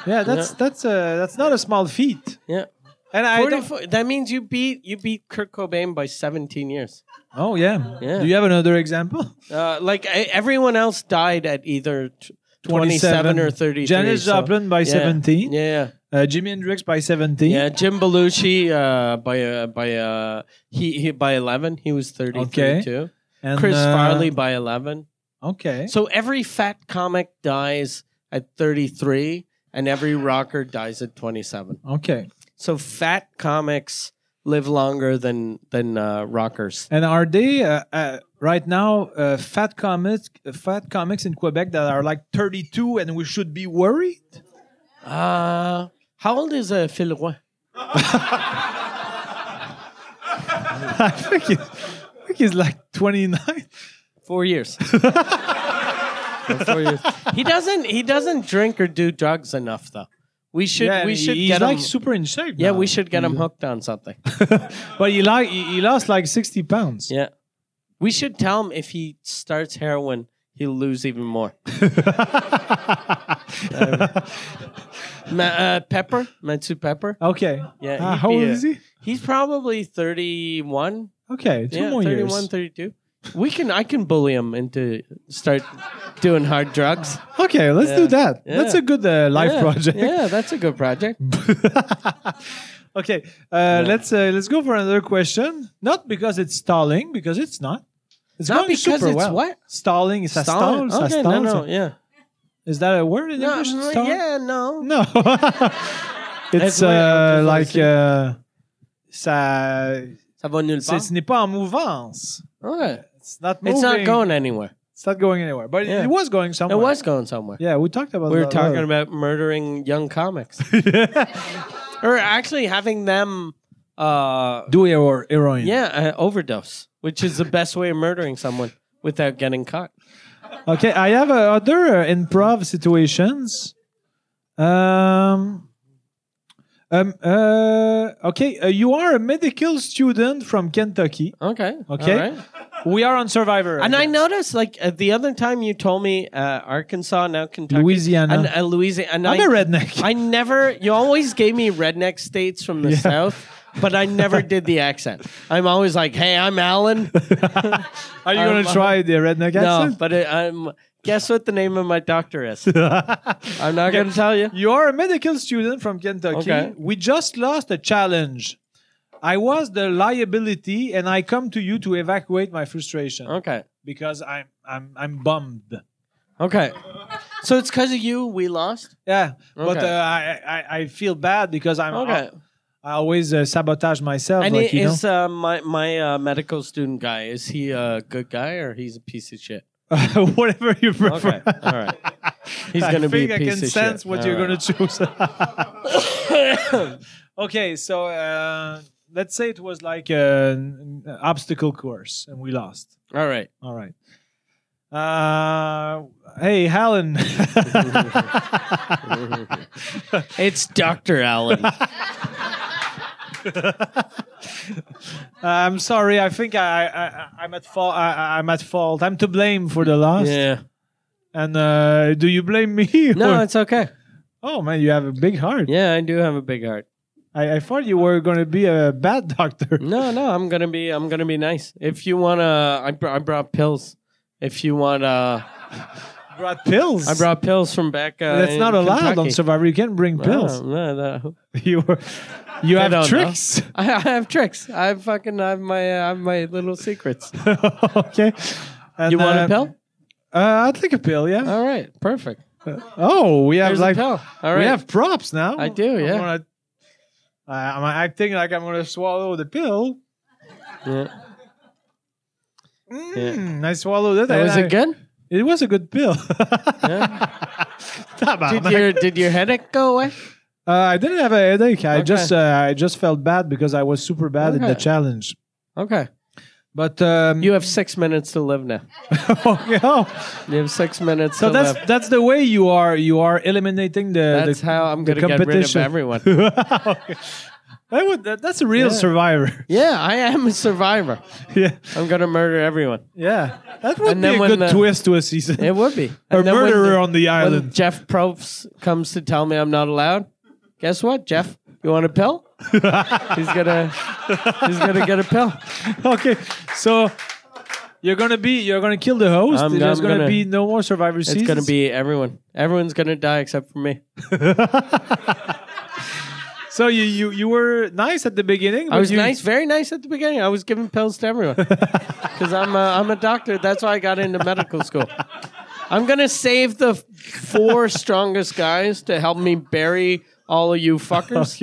yeah, that's that's uh, that's not a small feat. Yeah. And I don't, 44 that means you beat you beat Kurt Cobain by 17 years. oh yeah. Yeah. Do you have another example? Uh, like e- everyone else died at either t- 27 or 33. Janis so- Joplin by Yeah. seventeen. Yeah, Uh, Jimi Hendrix by seventeen. yeah. Jim Belushi uh, by uh, by uh, he, he by 11. He was 30, Okay. 32. And, Chris uh, Farley by 11. Okay. So every fat comic dies at 33, and every rocker dies at 27. Okay. So fat comics live longer than than uh, rockers. And are they uh, uh, right now uh, fat comics, fat comics in Quebec that are like 32, and we should be worried? Uh, how old is uh, Phil Roy? I think, he, I think he's like 29. Four years. Four years. He doesn't. He doesn't drink or do drugs enough, though. We should. yeah, we he- should he's get like him. super Mm-hmm. in shape. yeah, now. we should get him hooked on something. But he like he he lost like 60 pounds. yeah, we should tell him if he starts heroin, he'll lose even more. Ma- uh, Pepper, Matsu Pepper. Okay. Yeah, Ah, he'd how be old a- is he? He's probably thirty-one. Okay, two yeah, more 31, years. 32. We can. I can bully him into start doing hard drugs. Okay, let's do Yeah. that. That's a Yeah. good uh, life yeah, project. Yeah, that's a good project. okay, uh, let's uh, let's go for another question. Not because it's stalling, because it's not. It's Not going because super it's well. what? stalling. Is Stalin? stalling? Stalls, Okay, no, no, yeah. Is that a word in No, English? no, Stall? yeah, no. No. it's It's way uh, out of like the- uh, ça. Ça va nulle c'est- part. Ce n'est pas en mouvance. Okay. It's not moving. It's not going anywhere. It's not going anywhere. But it- Yeah. it was going It somewhere. was going somewhere. Yeah, we talked about. We were that talking earlier. about murdering young comics, or actually having them, uh, do hero- heroin. yeah, uh, overdose, which is the best way of murdering someone without getting caught. Okay, I have uh, other uh, improv situations. Um, um, uh, okay, uh, you are a medical student from Kentucky. Okay. Okay. all right. We are on Survivor. And I noticed, like uh, the other time you told me uh, Arkansas, now Kentucky, Louisiana. and uh, Louisiana. And I'm I- a redneck. I never. You always gave me redneck states from the south, but I never did the accent. I'm always like, "Hey, I'm Alan." are you I'm- going to try the redneck no, accent? but it, I'm. Guess what the name of my doctor is? I'm not going to tell you. You are a medical student from Kentucky. Okay. We just lost a challenge. I was the liability, and I come to you to evacuate my frustration Okay. because I'm I'm I'm bummed. Okay. So it's because of you we lost. Yeah, but uh, Okay. I, I I feel bad because I'm Okay. I, always uh, sabotage myself. And like, he you know? is uh, my my uh, medical student guy. Is he a good guy or he's a piece of shit? whatever you prefer. Okay. All right. He's I gonna be think a I piece can of sense shit. what All you're right. going to choose. okay, so uh, let's say it was like an obstacle course and we lost. All right. All right. Uh, hey, Helen. It's Doctor Allen. Uh, I'm sorry. I think I, I I- I'm at fault. I, I- I'm at fault. I'm to blame for the loss. yeah. And uh, do you blame me? No, or- it's okay. Oh man, you have a big heart. Yeah, I do have a big heart. I, I thought you were going to be a bad doctor. No, no, I'm gonna be, I'm gonna be nice. If you wanna, I, br- I brought pills. If you want, uh, brought pills. I brought pills from back. Uh, That's in not allowed on Kentucky. Survivor. You can't bring pills. No, no, no. You were, you I have don't know. tricks. I, I have tricks. I fucking, I have my, uh, I have my little secrets. okay. And, You want uh, a pill? Uh, I'd like a pill. Yeah. All right, perfect. oh, we have Here's like a pill. All we right. have props now. I do, yeah. I'm, gonna, uh, I'm acting like I'm gonna swallow the pill. Yeah. Mm, I swallowed it. That and was I, it good? It was a good pill. Yeah. Tabarnak. Did your, did your headache go away? Uh, I didn't have a headache. I Okay. just uh, I just felt bad because I was super bad in the Okay. challenge. Okay. But um, You have six minutes to live now. Okay, oh. You have six minutes. so to that's live. that's the way you are you are eliminating the that's the, how I'm the gonna get rid of competition. everyone. Okay. That would, that, that's a real Yeah. survivor. Yeah, I am a survivor. yeah, I'm gonna murder everyone. yeah. That would And be then a when good the- twist to a season. It would be. a And then when murderer the- on the When island. Jeff Probst comes to tell me I'm not allowed, guess what, Jeff? You want a pill? he's gonna he's gonna get a pill. okay, so you're gonna be you're gonna kill the host. I'm- There's I'm gonna, gonna- be no more survivor It's seasons. gonna be everyone. Everyone's gonna die except for me. So you you you were nice at the beginning. I but was you- nice, very nice at the beginning. I was giving pills to everyone because I'm a, I'm a doctor. That's why I got into medical school. I'm gonna save the f- four strongest guys to help me bury all of you fuckers,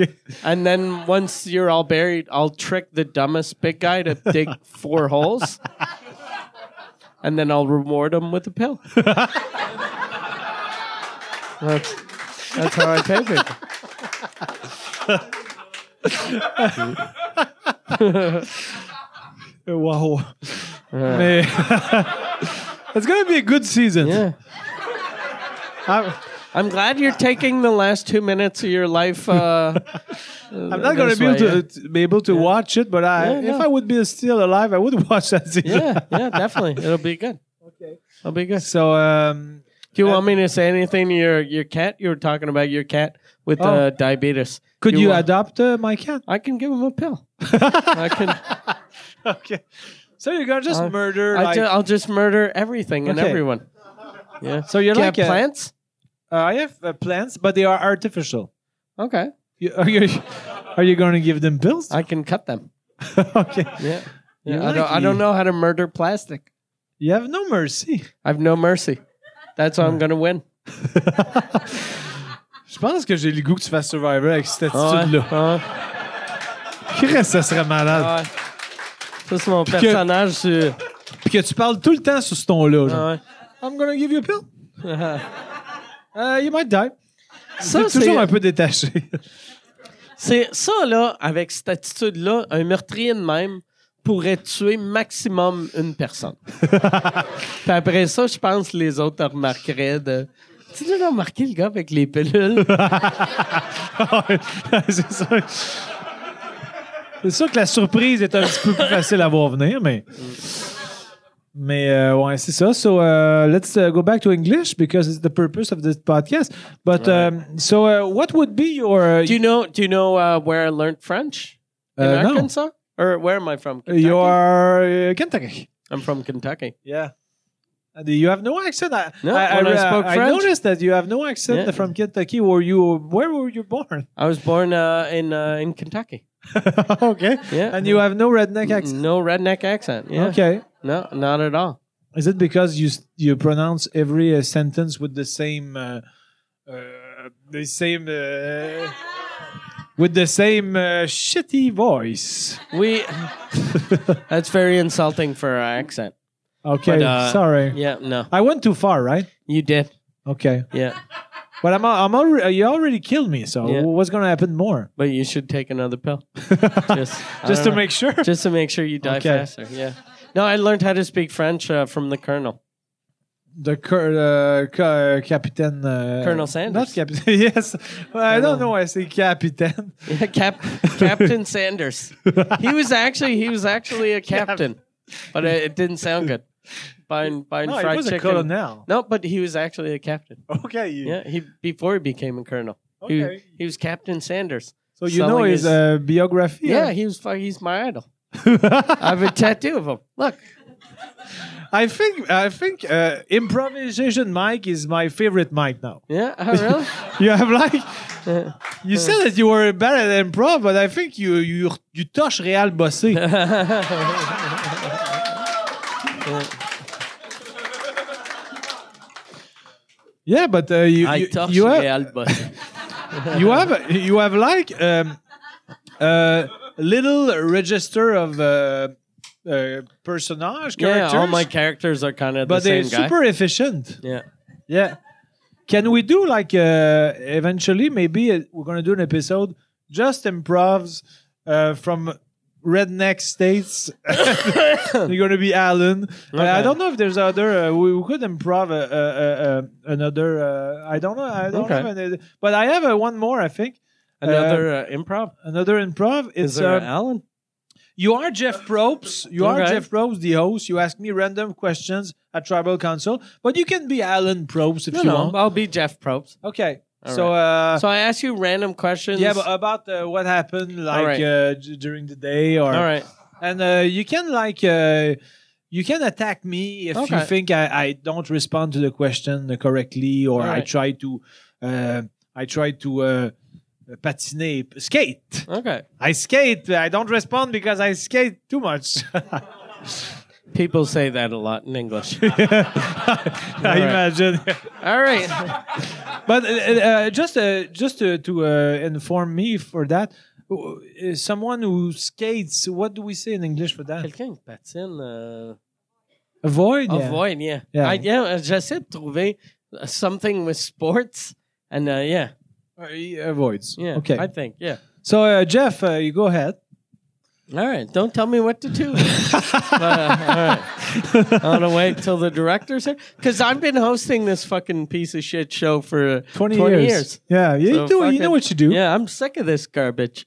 Okay. and then once you're all buried, I'll trick the dumbest big guy to dig four holes, and then I'll reward him with a pill. that's, that's how I pay people. Wow. uh, Mais- it's gonna be a good season. Yeah. I'm, I'm glad you're taking the last two minutes of your life. Uh, I'm not gonna be able to, to be able to watch it, but I, Yeah, if no. I would be still alive, I would watch that season. Yeah, yeah, definitely. It'll be good. Okay, it'll be good. So um, Do you want me to say anything to your your cat? You were talking about your cat with Oh. uh, diabetes. could you, wa- adopt uh, my cat? I can give him a pill. I can. Okay. So you're gonna just Uh, murder I like ju- I'll just murder everything and Okay. everyone. Yeah. so you're Do you like have a- plants. Uh, I have uh, plants, but they are artificial. Okay, You, are you are you gonna give them pills? I can cut them. okay. You Yeah. yeah. I, like don't, I me. don't know how to murder plastic. You have no mercy. I have no mercy. That's why I'm gonna win. Je pense que j'ai le goût que tu fasses Survivor avec cette Ouais. attitude-là. Ouais. Christ, ça serait malade. Ouais. Ça, c'est mon que- personnage. euh, sur- Puis que tu parles tout le temps sur ce ton-là. genre. Ouais. I'm gonna give you a pill. Uh, you might die. Ça, c'est c'est- euh, toujours un peu détaché. c'est ça, là, avec cette attitude-là, un meurtrier de même pourrait tuer maximum une personne. Puis après ça, je pense que les autres remarqueraient de. Tu l'as remarqué, le gars, avec les pilules? Ah, c'est sûr. C'est sûr que la surprise est un petit peu plus facile à voir venir, mais. Mais euh, ouais, c'est ça. So uh, let's uh, go back to English because it's the purpose of this podcast. But um, so uh, what would be your uh, Do you know? Do you know uh, where I learned French? In Uh, no. Arkansas, or where am I from? Uh, Kentucky? your uh, Kentucky? I'm from Kentucky. Yeah. And you have no accent. I, No, I, when I spoke I French. noticed that you have no accent Yeah. from Kentucky. Were you? Where were you born? I was born uh, in uh, in Kentucky. okay. Yeah, And you have no redneck accent. no redneck accent. Yeah, Okay. no, not at all. Is it because you s- you pronounce every uh, sentence with the same uh, uh, the same uh, with the same uh, shitty voice? We that's very insulting for our accent. Okay, But, uh, sorry. Yeah, no, I went too far, right? you did. Okay, Yeah, but I'm al- I'm already, you already killed me. So Yeah. what's gonna happen more? but you should take another pill just I Just don't to know. make sure. just to make sure you die Okay. faster. Yeah. No, I learned how to speak French uh, from the colonel. The cur- uh, ca- Captain uh, Colonel Sanders. Not Captain. yes, I don't know. why I say Captain. Yeah, Cap- Captain Sanders. He was actually he was actually a captain, but it, it didn't sound good. Buying buying No, fried it was chicken. a colonel. No, but he was actually a captain. Okay, you, Yeah, he before he became a colonel. He, Okay. he was Captain Sanders. So you know Selling his his- uh, biography. Yeah, huh? he was. fu- He's my idol. I have a tattoo of him. Look, I think I think uh, improvisation mic is my favorite mic now. yeah, oh, really? You have like you said that you were bad at improv, but I think you you you touch real bossy. yeah, but uh, you I you, touch you have real button. you have you have like um, uh, little register of uh, uh, personage characters, Yeah, all my characters are kind of the but they're same guy. super efficient. Yeah. Yeah. Can we do like uh, eventually maybe uh, we're gonna do an episode just improvs uh, from redneck states. You're gonna be Alan. Uh, I Okay. don't know if there's other. Uh, we, we could improv uh, uh, uh, another. Uh, I don't know. I don't Okay. have any, but I have uh, one more. I think Another uh, improv. another improv. It's Is there um, an Alan? you are Jeff Probst. You are Okay. Jeff Probst, the host. You ask me random questions at Tribal Council, but you can be Alan Probst if No, you no, want. I'll be Jeff Probst. Okay. All so, uh, So I ask you random questions. yeah, but about uh, what happened like right. uh, d- during the day or all right. and uh, you can like uh, you can attack me if you Okay. think I, I don't respond to the question correctly or All I right. try to uh, I try to uh, patiner skate. Okay. I skate. I don't respond because I skate too much. People say that a lot in English. I imagine. all right. But uh, uh, just uh, just to, to uh, inform me for that, w- uh, someone who skates, what do we say in English for that? Quelqu'un qui patine. euh, Avoid. yeah. Avoid, yeah. Yeah. I, yeah uh, J'essaie de trouver uh, something with sports. And uh, yeah, Uh, he avoids. yeah. Okay. I think, yeah. so uh, Jeff, uh, you go ahead. All right. Don't tell me what to do. But, uh, all right. I want to wait till the director's here. Because I've been hosting this fucking piece of shit show for uh, 20, 20, years. years. Yeah, you So do. you fucking- know what you do. Yeah, I'm sick of this garbage.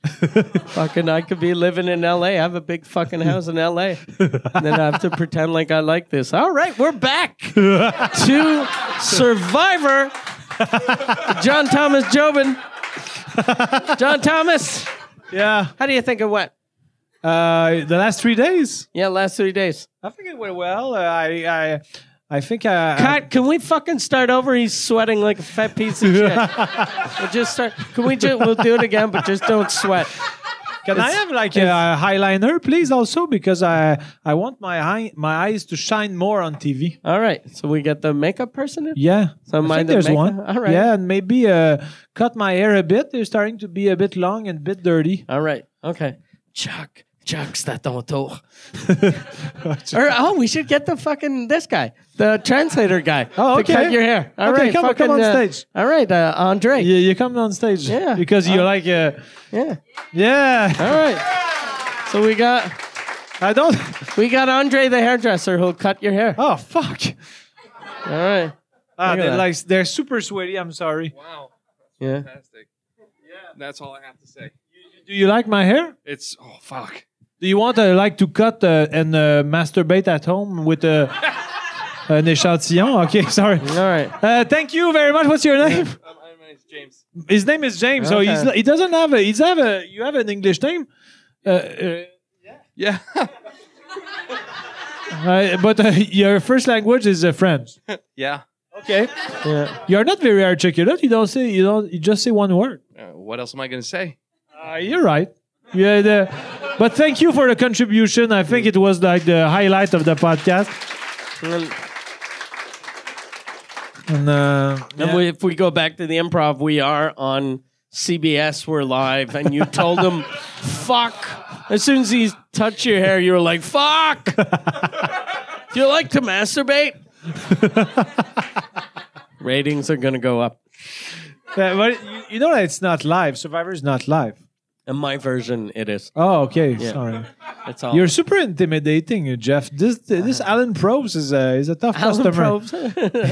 fucking, I could be living in LA. I have a big fucking house in LA. And then I have to pretend like I like this. All right, we're back to Survivor. John Thomas Jobin. John Thomas, Yeah. how do you think it went? Uh, the last three days, Yeah, last three days. I think it went well. Uh, I, I, I think uh, I. I Pat, can we fucking start over? He's sweating like a fat piece of shit. we'll just start. Can we just? We'll do it again, but just don't sweat. can I it's- have like a highliner, please, also because I I want my eye, my eyes to shine more on TV. All right. So we got the makeup person. In? Yeah, So I mind think the there's makeup? one. All right. Yeah, and maybe uh, cut my hair a bit. They're starting to be a bit long and a bit dirty. All right. Okay. Chuck. Chuck, c'est à ton tour. or, oh, we should get the fucking, this guy, the translator guy. Oh, To okay. cut your hair. All Okay, right, come- come fucking, on uh, stage. all right, uh, Andre. You, you come on stage. Yeah. Because you're like, uh, yeah. yeah. All right. So we got I don't. we got Andre the hairdresser who'll cut your hair. Oh fuck. All right. Ah, Look at they're that. like they're super sweaty. I'm sorry. Wow, Yeah. fantastic. Yeah. That's all I have to say. Do you like my hair? It's oh fuck. Do you want uh, like to cut uh, and uh, masturbate at home with uh, an échantillon? Okay, sorry. All right. Uh, thank you very much. What's your name? Um, my name is James. His name is James. So he's, Okay. he doesn't have a. He's have a. You have an English name. Uh, uh, Yeah. uh, but uh, your first language is uh, French. yeah. Okay. Yeah. You're not very articulate. You don't say. You don't. You just say one word. Uh, what else am I going to say? Uh, you're right. Yeah, the, but thank you for the contribution. I think it was like the highlight of the podcast. Well, And, uh, And we, if we go back to the improv, we are on CBS. We're live, and you told him, "Fuck!" As soon as he touched your hair, you were like, "Fuck!" Do you like to masturbate? Ratings are gonna go up. Yeah, but you, you know that it's not live. Survivor is not live. In my version, it is. Oh, okay. Sorry. That's all. You're super intimidating, uh, Jeff. This this Alan Probes is a is a tough Uh-huh. Alan customer. Probst.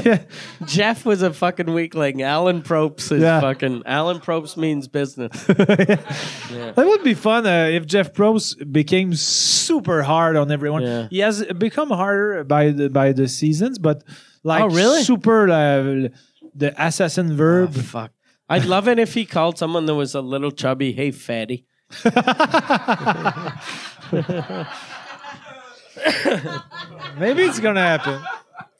Yeah. Jeff was a fucking weakling. Alan Probst is Yeah. fucking. Alan Probst means business. That would be fun uh, if Jeff Probes became super hard on everyone. Yeah. He has become harder by the by the seasons, but like Oh, really? super uh, the assassin verb. Fuck. I'd love it if he called someone that was a little chubby, hey, fatty. Maybe it's gonna happen.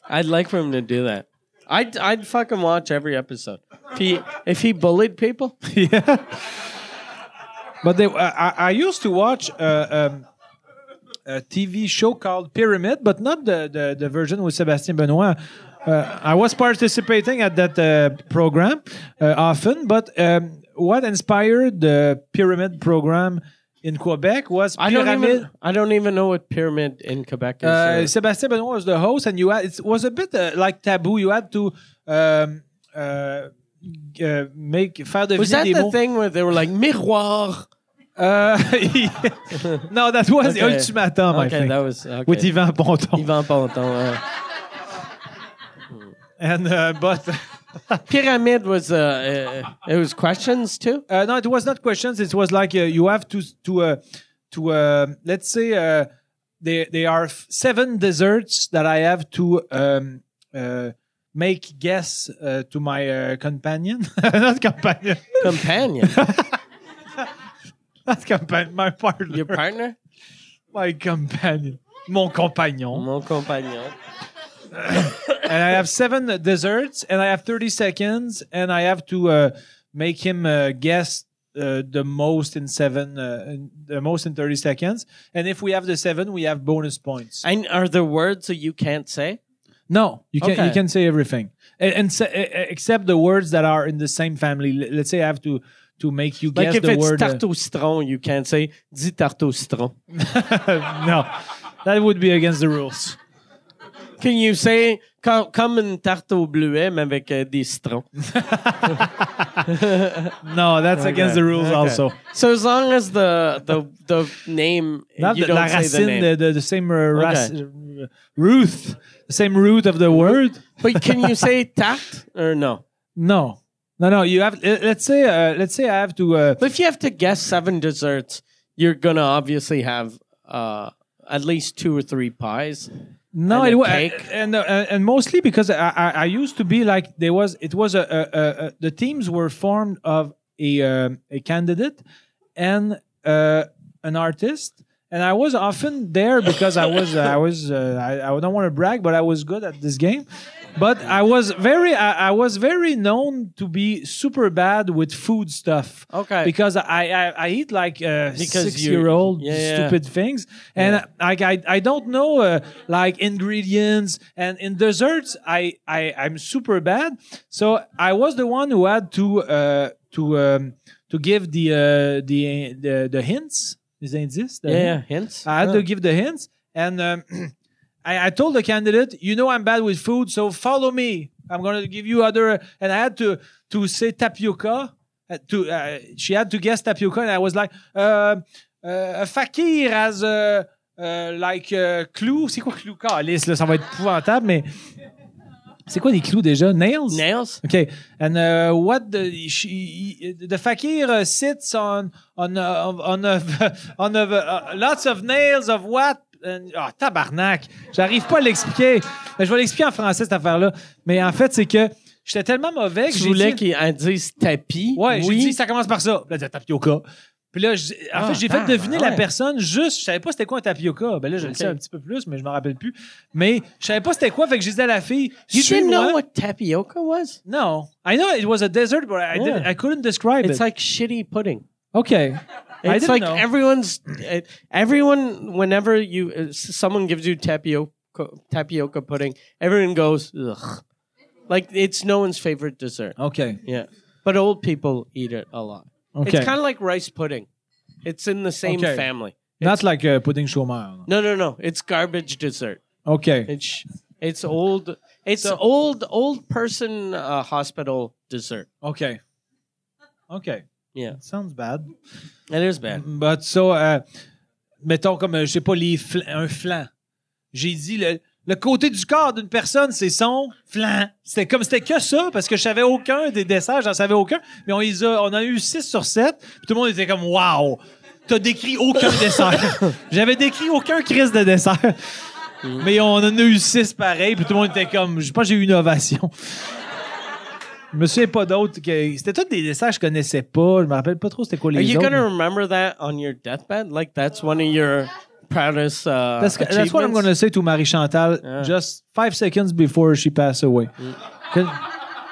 I'd like for him to do that. I'd I'd fucking watch every episode. If he if he bullied people, yeah. But they, I, I- I used to watch uh, um, a TV show called Pyramid, but not the, the, the version with Sébastien Benoit. Uh, I was participating at that uh, program uh, often, but um, what inspired the Pyramid program in Quebec was I don't Pyramid. even I don't even know what pyramid in Quebec is. Uh, or- Sébastien Benoit was the host, and you had, it was a bit uh, like taboo. You had to um, uh, g- uh, make faire was deviner that des the mots. thing where they were like miroir? Uh, no, that was Okay. Ultimatum, I Okay, think, that was okay. Oh, with Yvan Ponton. Yvan Ponton. Uh, And uh, but pyramid was uh, uh, it was questions too. uh, no, it was not questions. It was like uh, you have to to uh, to uh, let's say uh, there there are f- seven desserts that I have to um, uh, make guess uh, to my uh, companion, not companion, Companion, not companion, my partner, your partner, my companion, mon compagnon. mon compagnon. and I have seven desserts, and I have thirty seconds, and I have to uh, make him uh, guess uh, the most in seven, uh, in- the most in thirty seconds. And if we have the seven, we have bonus points. And are there words that you can't say? no, you can Okay. you can say everything, and, and se- e- e- except the words that are in the same family. L- Let's say I have to to make you Like guess if the it's word. uh, tarte au citron, you can't say dis tarte au citron. no, that would be against the rules. Can you say co- comme une tarte au bleuet mais avec euh, des citrons? No, that's against the rules Okay. also. So as long as the the the name Not you the, don't la say the racine, name. the, the, the same uh, rac- uh, root, the same root of the word. but can you say tarte or no? No, no, no. You have. let- Let's say. Uh, let's say I have to. Uh, But if you have to guess seven desserts, you're gonna obviously have uh, at least two or three pies. no, and it a was, cake. and uh, and mostly because I, I I used to be like there was it was a, a, a, a the teams were formed of a um, a candidate and uh, an artist. And I was often there because I was I was uh, I, I don't want to brag, but I was good at this game. But I was very I, I was very known to be super bad with food stuff. Okay. because I I, I eat like uh, Because six you- year old Yeah, yeah. stupid things, and like I I don't know uh, like ingredients and in desserts I I I'm super bad. So I was the one who had to uh, to um, to give the uh, the the the hints. Les indices. the Yeah, hints. yeah, hints. I had Oh. to give the hints, and um, I, I told the candidate, "You know I'm bad with food, so follow me. I'm going to give you other." And I had to to say tapioca. uh, To uh, she had to guess tapioca, and I was like, uh, uh, "A fakir has uh, uh, like uh, clou. C'est quoi clou? Calice, là, ça va être épouvantable, mais." C'est quoi des clous déjà? Nails? Nails? Okay, and uh, what the she, the fakir uh, sits on on uh, on a, on a, uh, lots of nails of what? And- Ah, tabarnak! J'arrive pas à l'expliquer. Mais Je vais l'expliquer en français cette affaire-là. Mais en fait, c'est que j'étais tellement mauvais que Tu j'ai voulais dit- qu'il en dise tapis? Ouais, j'ai oui. dit, ça commence par ça. Puis Là, j'ai tapioca. Puis là, j'ai- en Ah, fait, j'ai fait ah, deviner ouais. la personne juste. Je savais pas c'était quoi un tapioca. Ben là, je le Ok. sais un petit peu plus, mais je m'en rappelle plus. Mais je savais pas c'était quoi. Fait que j'ai dit à la fille, You didn't suis-moi. know what tapioca was? No, I know it was a desert, but I Yeah. didn't, I couldn't describe It's it. like shitty pudding. okay, I It's didn't like know. everyone's it, everyone. Whenever you uh, s- someone gives you tapioca tapioca pudding, everyone goes ugh. Like it's no one's favorite dessert. okay, Yeah, but old people eat it a lot. okay. It's kind of like rice pudding. It's in the same Okay. family. Not like uh, pudding chômeur. No, no, no. It's garbage dessert. Okay, It's it's old. It's So- old old person uh, hospital dessert. okay, okay. Yeah. sounds bad. It is bad. But so, euh, mettons comme, euh, je sais pas, les fl- un flanc. J'ai dit le, le côté du corps d'une personne, c'est son flanc. C'était comme c'était que ça parce que je savais aucun des desserts, j'en savais aucun. Mais on les a, on a eu 6 sur 7. Puis tout le monde était comme waouh, t'as décrit aucun dessert. J'avais décrit aucun crise de dessert. Mm. Mais on en a eu 6 pareil, puis tout le monde était comme je sais pas, j'ai eu une ovation. Je me souviens pas d'autres. que- C'était tous des desserts que je connaissais pas. Je me rappelle pas trop c'était quoi les Are you autres. gonna remember that on your deathbed? Like that's one of your proudest. Uh, That's, that's what I'm going to say to Marie Chantal Yeah. Mm. just five seconds before she passed away. 'Cause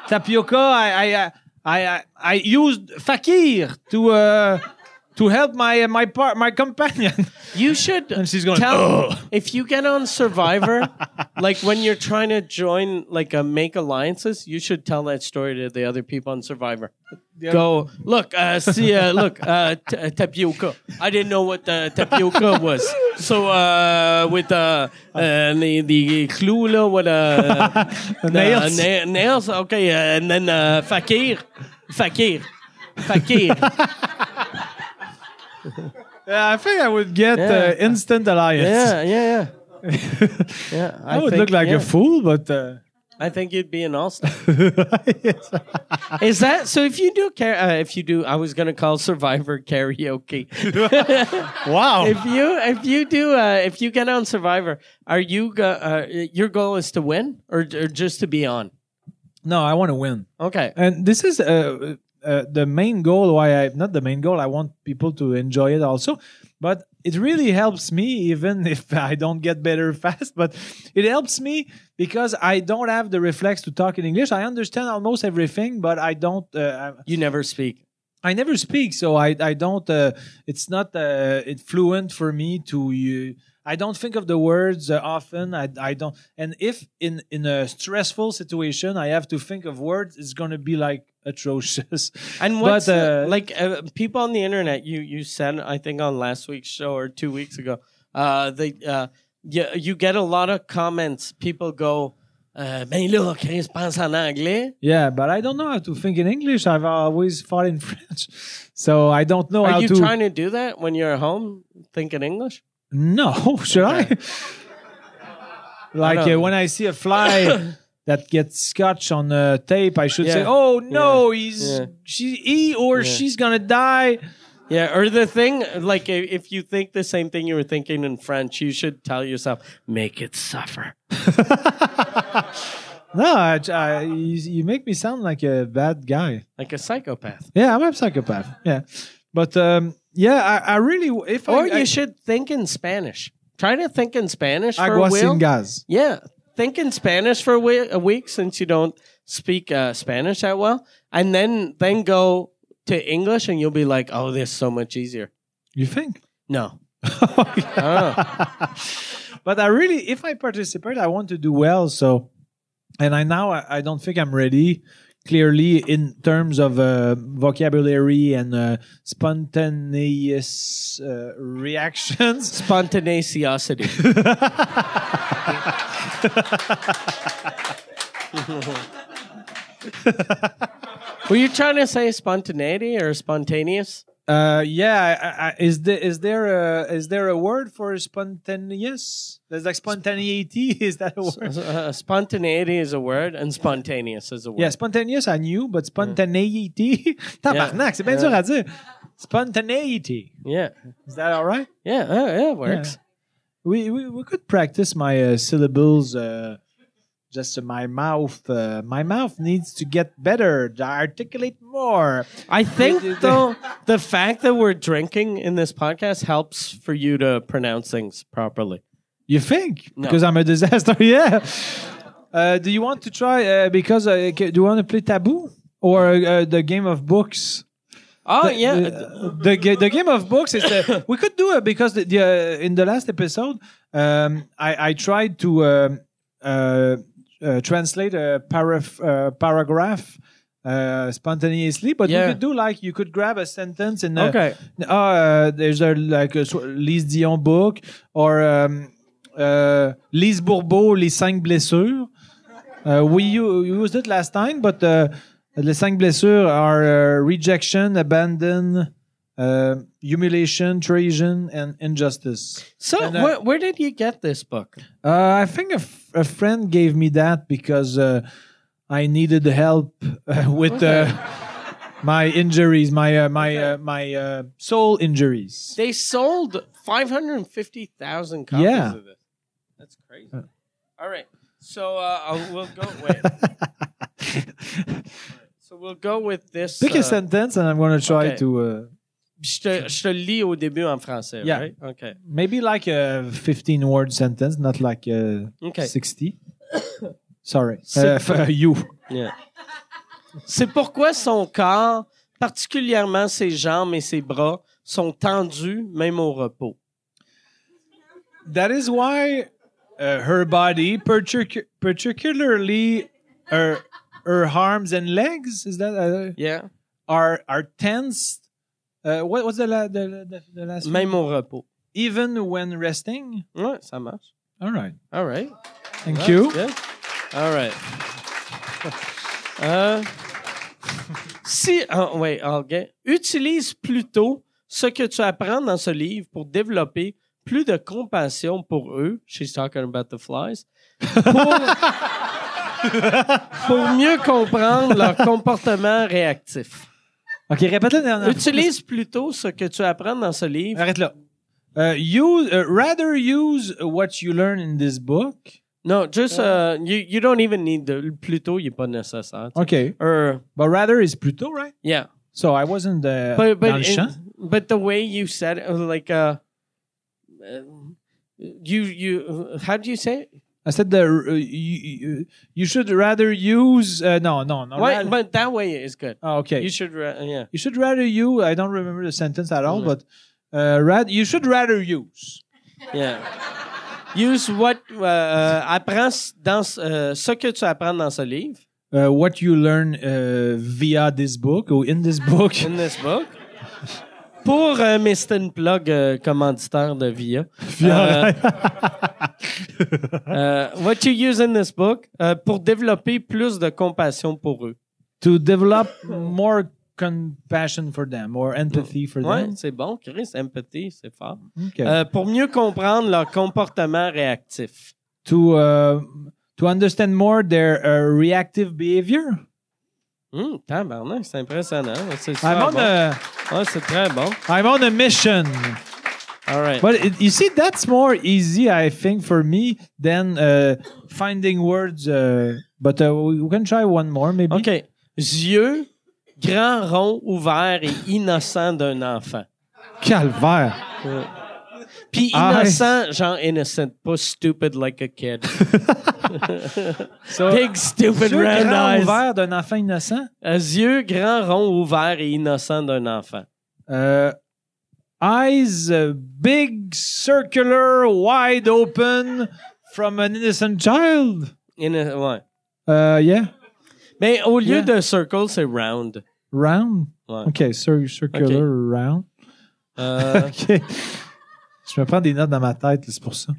Tapioca, I, I, uh, I, I, I used fakir to uh, to help my uh, my par- my companion. You should. And she's going, Tell, "Ugh." if you get on Survivor, like when you're trying to join, like uh, make alliances, you should tell that story to the other people on Survivor. Go look, uh, see, uh, look, uh, t- uh, tapioca. I didn't know what uh, tapioca was. So uh, with uh, uh, the the clula, what uh, Nails. Uh, na- nails. Okay, uh, and then uh, fakir, fakir, fakir. Yeah, I think I would get uh, Yeah. instant alliance. yeah, yeah, yeah. Yeah, I, would think- look like yeah. a fool, but uh, I think you'd be an all star. yes. Is that so? If you do, car- uh, if you do, I was gonna call Survivor karaoke. wow. if you, if you do, uh, if you get on Survivor, are you? Go- uh, your goal is to win, or, or just to be on? no, I want to win. Okay. And this is uh, uh, the main goal why I not the main goal. I want people to enjoy it also, but it really helps me even if I don't get better fast. But it helps me because I don't have the reflex to talk in English. I understand almost everything, but I don't. Uh, You never speak. I, I never speak, so I I don't. Uh, it's not uh, it fluent for me to. Uh, I don't think of the words uh, often. I, I don't. And if in in a stressful situation I have to think of words, it's gonna be like atrocious. And But, what's the- uh, like uh, people on the internet? You you said I think on last week's show or two weeks ago. Uh, they uh, you, you get a lot of comments. People go, uh, "Ben là, Chris pense en anglais." yeah, but I don't know how to think in English. I've always fought in French, so I don't know Oh, how Are you to. trying to do that when you're at home, thinking English? No, should Okay. I? like I don't- uh, when I see a fly that gets scotch on uh, tape, I should say, Yeah. "Oh no, he's Yeah. she he or Yeah. she's gonna die." Yeah, or the thing like i- if you think the same thing you were thinking in French, you should tell yourself, "Make it suffer." No, I, I- you, you make me sound like a bad guy. Like a psychopath. Yeah, I'm a psychopath. Yeah, but um, yeah, I, I really if Or I, you I, should think in Spanish. Try to think in Spanish for agua a sin while. gas. Yeah, think in Spanish for a wee- a week since you don't speak uh, Spanish that well, and then then go to English, and you'll be like, "Oh, this is so much easier." You think? No, but oh, I really, if I participate, I want to do well. So, and I now I, I don't think I'm ready. Clearly, in terms of uh, vocabulary and uh, spontaneous uh, reactions. Uh, spontaneity. Were you trying to say spontaneity or spontaneous? Uh, yeah. I, I, is there is there a is there a word for spontaneous? There's like spontaneity. Is that a word? Uh, spontaneity is a word, and spontaneous is a word. Yeah, spontaneous I knew, but spontaneity. Tabarnak, c'est bien dur à dire. Spontaneity. Yeah. Is that all right? Yeah. Oh, yeah. It works. We we, we could practice my uh, syllables. Uh, just uh, my mouth. Uh, my mouth needs to get better. To articulate more. I think though the fact that we're drinking in this podcast helps for you to pronounce things properly. You think? No. Because I'm a disaster. yeah. Uh, do you want to try? Uh, because uh, ca- do you want to play Taboo or uh, the game of books? Oh the, the, the, ga- the game of books is the, we could do it because the, the uh, in the last episode um, I, I tried to um, uh, uh, translate a paraf- uh, paragraph uh, spontaneously, but Yeah. we could do like you could grab a sentence and uh, okay. uh, there's a like a sw- Lise Dion book or um, uh, Lise Bourbeau les cinq blessures. Uh, we u- used it last time, but uh, les cinq blessures are uh, rejection, abandon, uh, humiliation, treason, and injustice. So And, uh, where, where did you get this book? Uh, I think a, f- a friend gave me that because uh, I needed help uh, with uh, my injuries, my uh, my uh, my uh, soul injuries. They sold 550,000 copies Yeah. of this. That's crazy. All right. So uh, I'll- we'll go wait. So we'll go with this. Pick a uh, sentence, and I'm gonna try Okay. to uh, je, te, je te lis au début en français, Yeah. right? Okay. maybe like a 15 word sentence, not like a Okay. 60. Sorry, uh, Six- for you. C'est pourquoi son corps, particulièrement ses jambes et ses bras, sont tendus même au repos. That is why uh, her body, partic- particularly her her arms and legs, is that uh, Yeah. are are tense. Uh, what was the, la- the, the, the last? one? Même au repos. Even when resting. Ouais, ça marche. All right. All right. Thank That's you. good. All right. Euh, si, ah, ouais, ok. Utilise plutôt ce que tu apprends dans ce livre pour développer plus de compassion pour eux. She's talking about the flies. Pour, pour mieux comprendre leur comportement réactif. Ok, répète la dernière. Utilise plutôt ce que tu apprends dans ce livre. Arrête là. Uh, use, uh, rather use what you learn in this book. Non, juste, euh, you, you don't even need the, plutôt, il n'est pas nécessaire. tu sais. Okay. Euh, But rather is Pluto, right? yeah. So I wasn't uh, but dans le but champ. it- but the way you said it, like uh, uh, you you how do you say it? I said the, uh, you, you- you should rather use... Uh, no, no, no. Why, rather- but that way is good. oh, okay. You You, should ra- yeah should rather you... I don't remember the sentence at all, Mm. but uh, rad, you should rather use. yeah. Use what uh, apprends dans euh, ce que tu apprends dans ce livre Uh, what you learn uh, via this book or in this book. in this book. Pour euh, Mr. Plug, euh, commanditaire de Via. Via- Euh, what you use in this book euh, pour développer plus de compassion pour eux. to develop more compassion for them or empathy for Ouais, them. c'est bon, Chris. Empathy, c'est fort. Okay. Euh, pour mieux comprendre leur comportement réactif. to uh, to understand more their uh, reactive behavior. Hum, tabarnak, c'est impressionnant. C'est super I'm on Ah, bon. a Ouais, c'est très bon. I'm on a mission, All right. but it, you see that's more easy I think for me than uh, finding words. Uh, but uh, we we can try one more maybe. OK. Yeux grands, ronds, ouverts et innocents d'un enfant. Calvaire. Puis Ah, innocent, genre innocent, pas stupid like a kid. So, Big stupid yeux round grands eyes. ouverts d'un enfant innocent. Euh, Yeux grands, ronds, ouverts et innocents d'un enfant. Uh, eyes uh, big, circular, wide open from an innocent child. Inno- ouais. Uh, yeah, Mais au lieu Yeah. de circle, c'est round. round. Ouais. Okay, cir- circular, Okay. round. Euh, OK. Je me prends des notes dans ma tête, là, c'est pour ça.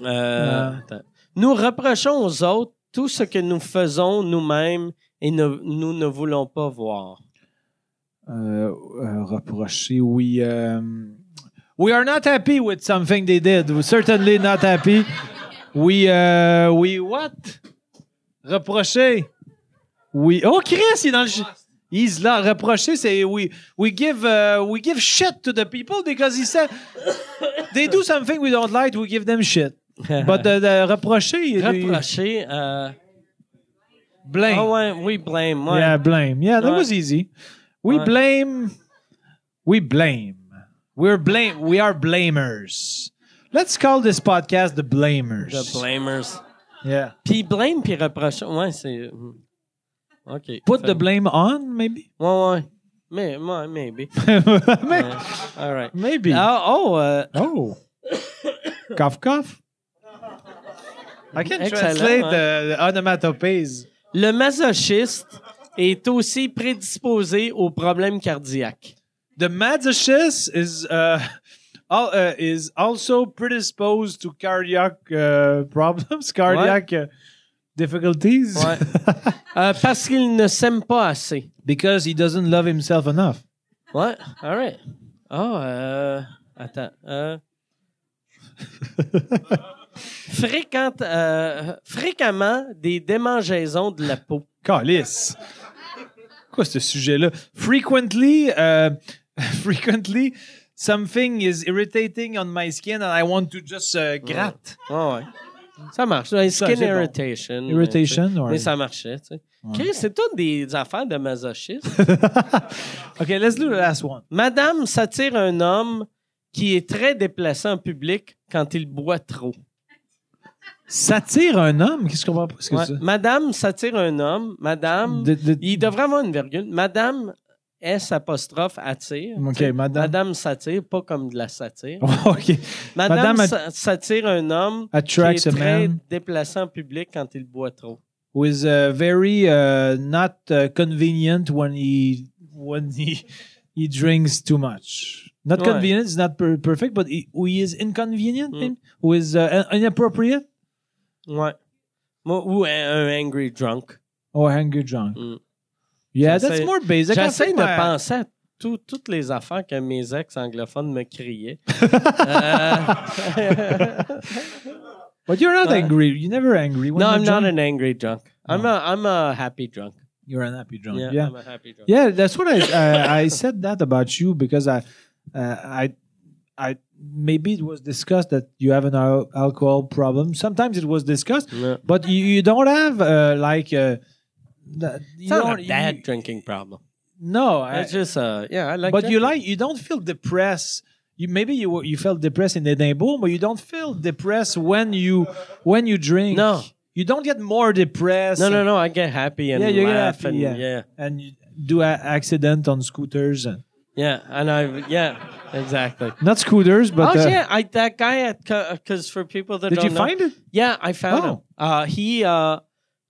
Euh, Euh. attends. Nous reprochons aux autres tout ce que nous faisons nous-mêmes et ne- nous ne voulons pas voir. euh, euh, reprocher. We, um, we are not happy with something they did. We're certainly not happy. We, uh, we what? Reprocher. We, oh, Chris, il est dans le... ch- He's là. Reprocher, c'est we, we give, uh, we give shit to the people because he said they do something we don't like, we give them shit. But the, the reprocher, il- Reprocher. Uh, blame. oh, ouais, we blame. Ouais. Yeah, blame. Yeah, that Ouais. was easy. We Ouais. blame. We blame. We're blame. We are blamers. Let's call this podcast the blamers. The blamers. Yeah. Puis blame, puis reprocher. Ouais, c'est. mm. OK. Put the Fait- blame on, maybe. Ouais, ouais. Mais, ouais, maybe. May- Yeah. All right. maybe. Oh, oh uh, Oh. cough, cough. I can Excellent, translate hein. the, the onomatopoeias. le masochiste est aussi prédisposé aux problèmes cardiaques. The masochist is uh, all, uh, is also predisposed to cardiac uh, problems, cardiac uh, difficulties. Ouais. Euh, parce qu'il ne s'aime pas assez. Because he doesn't love himself enough. Ouais. All right. Oh, euh, attends. Euh, fréquente, euh, fréquemment des démangeaisons de la peau. Calice. Quoi ce sujet-là? Frequently, uh, frequently, something is irritating on my skin and I want to just uh, Mm. gratte. Ouais, ouais. Ça marche. Les Ça, c'est skin bon. irritation. Irritation, euh, tu sais. or- Mais ça marchait, tu sais. Chris, c'est toutes des affaires de masochistes. okay, let's do the last one. Madame s'attire un homme qui est très déplacé en public quand il boit trop. S'attire un homme? Qu'est-ce qu'on va pas? ce que Ouais. c'est? Madame s'attire un homme. Madame. De- de- Il devrait avoir une virgule. Madame S apostrophe attire. OK, T'sais, madame. Madame s'attire, pas comme de la satire. OK. Madame, Madame sa- s'attire un homme qui Attracts est a très man déplacé en public quand il boit trop. who is uh, very uh, not uh, convenient when he when he he drinks too much. Not Ouais. convenient is not per- perfect, but he, who is inconvenient, Mm. who is uh, un- inappropriate Ouais. Moi, Ou un, un angry drunk. or angry drunk. Mm. Yeah, J'essaie- that's more basic. I J'essaie think de my- penser à tout- toutes les affaires que mes ex anglophones me criaient. Euh, But you're not Ouais. angry. You're never angry. When no, you're I'm drunk, not an angry drunk. I'm a I'm a happy drunk. You're an happy drunk. Yeah, yeah. I'm a happy drunk. Yeah, that's what I I, I said that about you because I uh, I I maybe it was discussed that you have an al- alcohol problem. Sometimes it was discussed, Yeah. but you, you don't have uh, like uh, that- you It's not don't- a you- bad drinking problem. no, I, It's just uh yeah, I like but you drinking. like you don't feel depressed. You maybe you were- you felt depressed in Edinburgh, but you don't feel depressed when you when you drink. No. you don't get more depressed. No, no, no, I get happy and Yeah, you get laugh happy, and yeah. yeah. yeah. And you do a accident on scooters and and I yeah, exactly. not scooters, but oh uh, yeah, I that guy at because for people that did you don't know, find it? Yeah, I found Oh. him. Uh, he uh,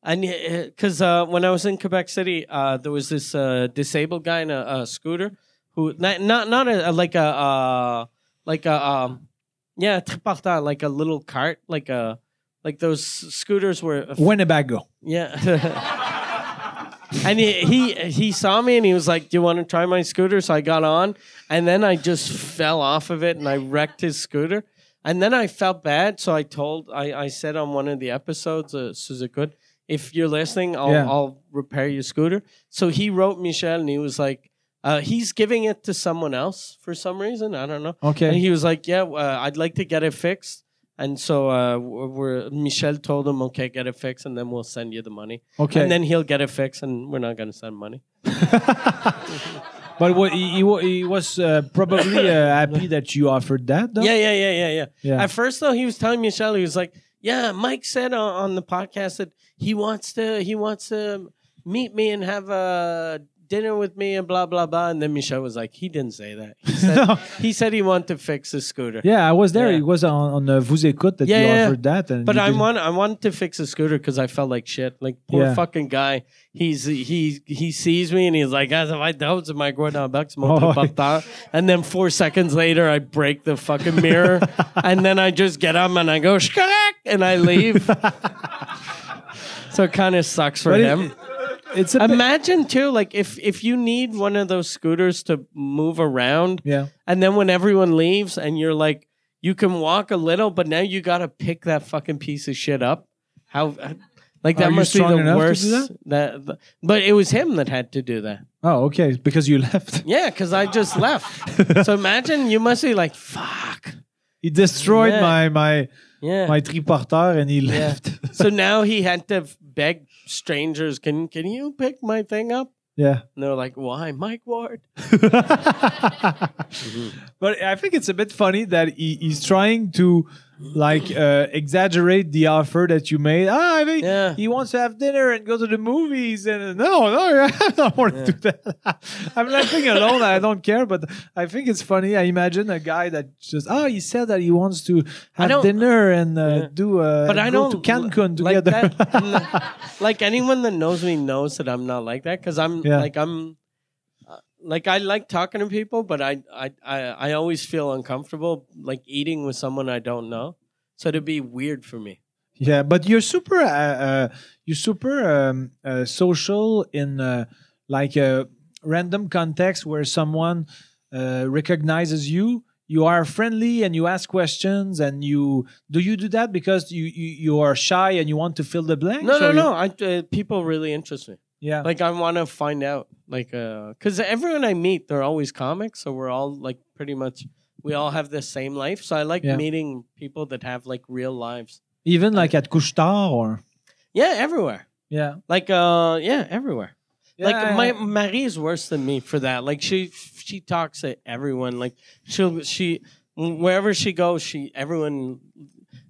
and because uh, when I was in Quebec City, uh, there was this uh, disabled guy in a, a scooter who not not not a, a- like a uh, like a um, yeah a tripartite, like a little cart, like a like those scooters were uh, Winnebago. yeah. And he, he he saw me and he was like, "Do you want to try my scooter?" So I got on, and then I just fell off of it and I wrecked his scooter. And then I felt bad, so I told I, I said on one of the episodes, uh, Suzukud, if you're listening, I'll Yeah. I'll repair your scooter. So he wrote Michel and he was like, uh, he's giving it to someone else for some reason. I don't know. And Okay. he was like, "Yeah, uh, I'd like to get it fixed." And so uh, we're, we're- Michel told him, "Okay, get it fixed, and then we'll send you the money." Okay. And then he'll get it fixed, and we're not going to send money. but what, he, he, wa- he was uh, probably uh, happy that you offered that. Though? Yeah, yeah, yeah, yeah, yeah, Yeah. At first, though, he was telling Michel, he was like, "Yeah, Mike said on, on the podcast that he wants to he wants to meet me and have a dinner with me and blah blah blah." And then Michel was like, "He didn't say that. He said No. he said he wanted to fix his scooter." Yeah, I was there. Yeah. It was on, on uh, Vous Écoute that Yeah, you yeah, yeah. offered that. And But you I didn't- want I wanted to fix a scooter because I felt like shit. Like poor Yeah. fucking guy. He's he he sees me and he's like, guys, if I don't, am I going down back to my Oh. papa?" And then four seconds later, I break the fucking mirror, and then I just get up and I go shkarak and I leave. so it kind of sucks for But it- him. It's a bit- Imagine too, like if if you need one of those scooters to move around, yeah. and then when everyone leaves, and you're like, you can walk a little, but now you got to pick that fucking piece of shit up. How, like Are that you must be strong the enough to worst. do that? the- but it was him that had to do that. Oh, okay. Because you left. Yeah, because I just left. so imagine you must be like, fuck. He destroyed Yeah. my my Yeah. my triporteur and he left. so now he had to beg strangers, can can you pick my thing up? Yeah. And they're like, why, Mike Ward? but I think it's a bit funny that he, he's trying to like uh, exaggerate the offer that you made. Ah, I mean, Yeah. he wants to have dinner and go to the movies, and uh, no, no, I don't want to do that. I'm laughing alone. I don't care, but I think it's funny. I imagine a guy that just ah, he said that he wants to have don't- dinner and uh, do uh, But I go don't to Cancun like together. that. mm. I'm not- like anyone that knows me knows that I'm not like that because I'm Yeah. like I'm uh, like I like talking to people, but I, I I I always feel uncomfortable like eating with someone I don't know. So it'd be weird for me. Yeah, but you're super. Uh, uh, you're super um, uh, social in uh, like a random context where someone uh, recognizes you. You are friendly and you ask questions and you do you do that because you you, you are shy and you want to fill the blank. No, no, Or you- no. I, uh, people really interest me. Yeah, Like I want to find out, like, because everyone I meet, they're always comics, so we're all like pretty much we all have the same life. So I like Yeah. meeting people that have like real lives. even like at Couchetard or Yeah, everywhere. yeah, Like, uh, yeah, everywhere. Yeah, like my yeah. Marie is worse than me for that. Like she she talks to everyone. Like she'll she wherever she goes, she everyone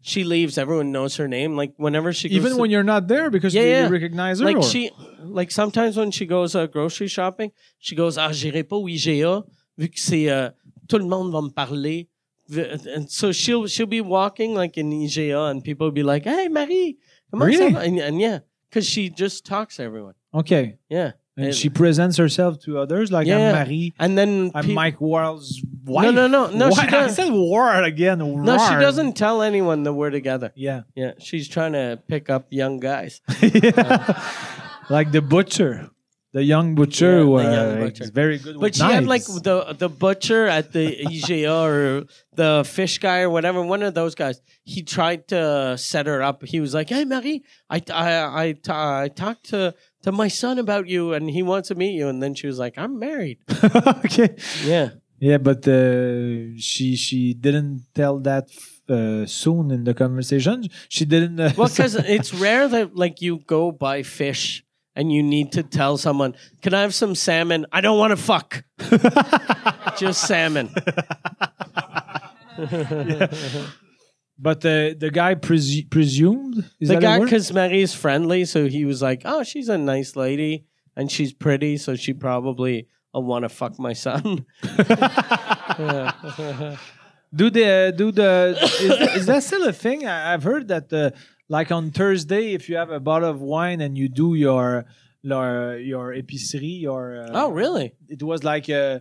she leaves. Everyone knows her name. Like whenever she goes even to- when you're not there because Yeah, you, you yeah. recognize her. like or- she like sometimes when she goes uh, grocery shopping, she goes ah j'irai pas au IGA vu que c'est euh, tout le monde va me parler. The- And so she'll she'll be walking like in IGA and people will be like, "Hey Marie, comment Really? ça va?" And, and yeah, cuz she just talks to everyone. okay, Yeah. and And- she presents herself to others like I'm Eh, Yeah. Marie. And then I'm pe- Mike Warl's wife. no, no, no, she Why- I doesn't- said war again. No, she war. doesn't tell anyone that we're together. Yeah. Yeah, she's trying to pick up young guys. like the butcher, the young butcher, Yeah, the who, uh, young butcher. is very good. But with she had like knives. the the butcher at the IGA or the fish guy or whatever. One of those guys. He tried to set her up. He was like, "Hey, Marie, I I I, ta- I talked to to my son about you, and he wants to meet you." And then she was like, "I'm married." okay. Yeah, Yeah, but uh, she she didn't tell that uh, soon in the conversation. She didn't. Uh, well, because it's rare that like you go buy fish and you need to tell someone, "Can I have some salmon?" I don't want to fuck. Just salmon. but uh, the guy presu- presumed is the that guy a word? because Marie's friendly, so he was like, "Oh, she's a nice lady, and she's pretty, so she probably will want to fuck my son." Do the do the is, is that still a thing? I, I've heard that uh, like on Thursday, if you have a bottle of wine and you do your your your épicerie, your uh, oh, really? it was like uh,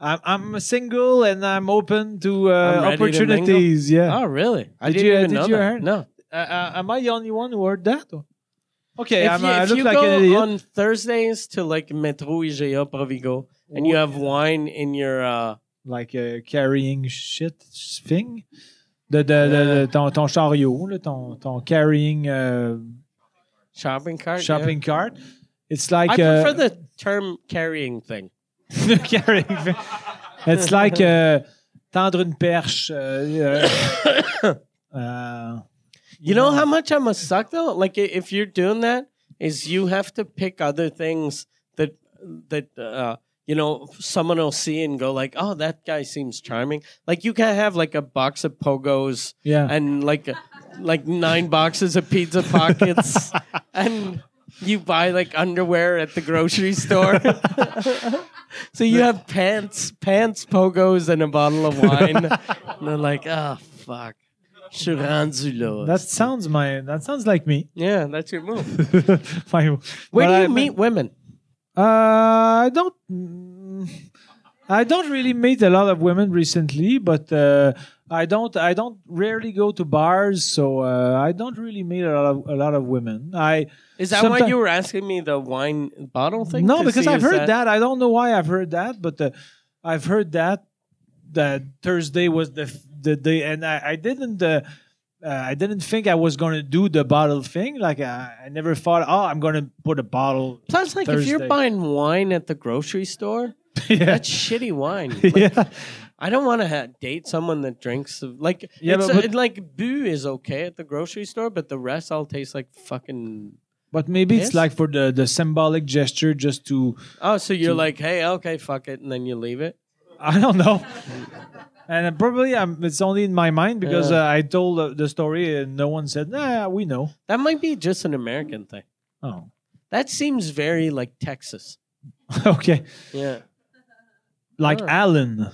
I'm I'm single and I'm open to uh, I'm ready to opportunities. yeah, Oh, really? I Did didn't you- uh, even did know you that. hear- No. uh, uh, am I the only one who heard that? Or- Okay, if I'm, you, I if look you like go an idiot. on Thursdays to like Metro IGA Provigo, and you have wine in your uh, like a carrying shit thing. The, the, the, Yeah. the- ton, ton chariot, là, ton, ton carrying uh, shopping cart, yeah. shopping cart. It's like I uh, prefer the term carrying thing. carrying thing. It's like uh, tendre une perche. Uh, uh, uh, You know how much I'm a suck though. Like i- if you're doing that, is you have to pick other things that that uh, you know someone will see and go like, oh, that guy seems charming. Like you can have like a box of pogos yeah. and like like nine boxes of pizza pockets, and you buy like underwear at the grocery store. so you have pants, pants, pogos, and a bottle of wine. and they're like, oh fuck. Should that sounds my. That sounds like me. yeah, that's your move. My- Where but do you I- meet women? Uh, I don't. mm, I don't really meet a lot of women recently, but uh, I don't. I don't rarely go to bars, so uh, I don't really meet a lot of a lot of women. I Is that why Sometime- you were asking me the wine bottle thing? no, to because see I've if heard that. I don't know why I've heard that, but uh, I've heard that that Thursday was the f- the day, and I, I didn't. Uh, uh, I didn't think I was going to do the bottle thing. Like I, I never thought, oh, I'm going to put a bottle. Plus, like if you're Thursday. buying wine at the grocery store, yeah. that's shitty wine. Like, yeah, I don't want to ha- date someone that drinks like Yeah, yeah, it's but- uh, but- like boo is okay at the grocery store, but the rest all tastes like fucking. but maybe Yes. it's like for the the symbolic gesture, just to Oh, so you're like, hey, okay, fuck it, and then you leave it. I don't know. And uh, probably um, it's only in my mind because Yeah. uh, I told uh, the story and no one said, nah, we know. That might be just an American thing. Oh, That seems very like Texas. okay. Yeah, Like Huh. Alan.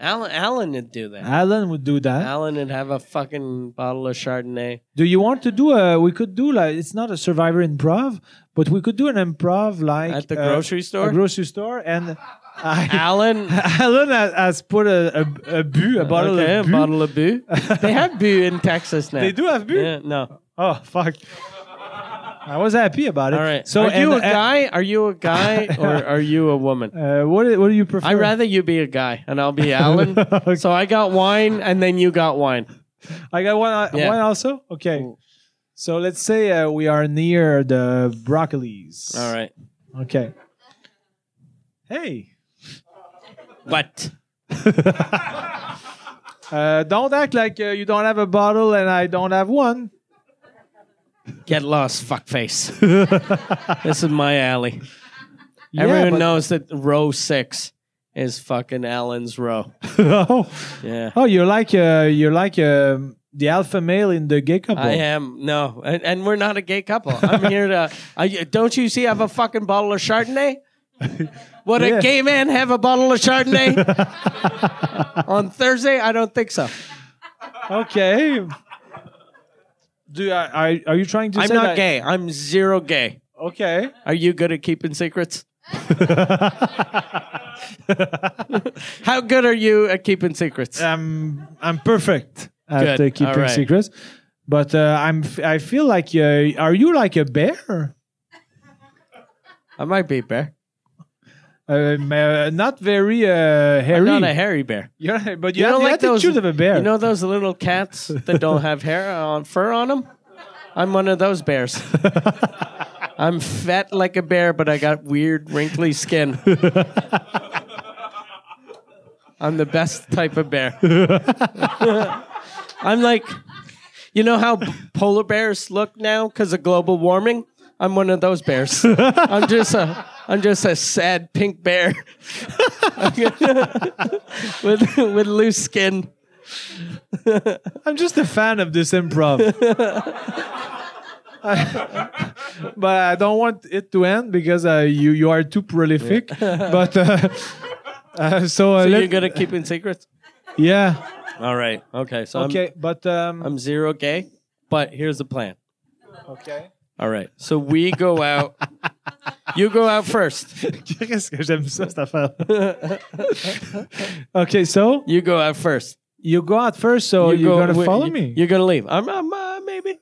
Alan Alan would do that. Alan would do that. Alan would have a fucking bottle of Chardonnay. Do you want to do a? We could do like it's not a survivor improv, but we could do an improv like At the uh, grocery store? A grocery store, and I, Alan, Alan has, has put a a, a bu, a bottle okay, of a bu. bottle of boo. they have boo in Texas now. They do have bu. Yeah, no. Oh fuck! I was happy about it. All right. So So are you a and- and- guy? Are you a guy or are you a woman? Uh, what do- what do you prefer? I'd rather you be a guy and I'll be Alan. Okay. So I got wine and then you got wine. I got one. uh, Yeah. One also. Okay. So let's say uh, we are near the broccolis. All right. Okay. Hey. But Uh, don't act like uh, you don't have a bottle and I don't have one. get lost, fuckface. this is my alley. Everyone but- knows that row six is fucking Alan's row. oh. Yeah. oh, you're like uh, you're like um, the alpha male in the gay couple. I am no, and, and we're not a gay couple. I'm here to. I, don't you see? I have a fucking bottle of Chardonnay. Would Yeah. a gay man have a bottle of Chardonnay on Thursday? I don't think so. Okay. Do I, I? Are you trying to I'm say not that- gay. I'm zero gay. Okay. Are you good at keeping secrets? How good are you at keeping secrets? I'm I'm perfect at Good. uh, keeping All right. secrets, but uh, I'm f- I feel like uh, are you like a bear? I might be a bear. Um, uh, not very uh, hairy. Not a hairy bear. You're- but you, have the attitude of a bear. You know those little cats that don't have hair on fur on them? I'm one of those bears. I'm fat like a bear, but I got weird wrinkly skin. I'm the best type of bear. I'm like, you know how b- polar bears look now because of global warming. I'm one of those bears. I'm just a, I'm just a sad pink bear with with loose skin. I'm just a fan of this improv. but I don't want it to end because uh, you you are too prolific. but uh, uh, so, uh, let- So you're good at keeping secrets. yeah, All right. Okay. So okay. I'm, but um, I'm zero gay, but here's the plan. okay. All right. So we go out. you go out first. Qu'est-ce que j'aime ça cette affaire? okay, so You go out first. you go out first, so Oh, you are go- gonna we- follow you- me. You're gonna leave. I'm. I'm uh, maybe.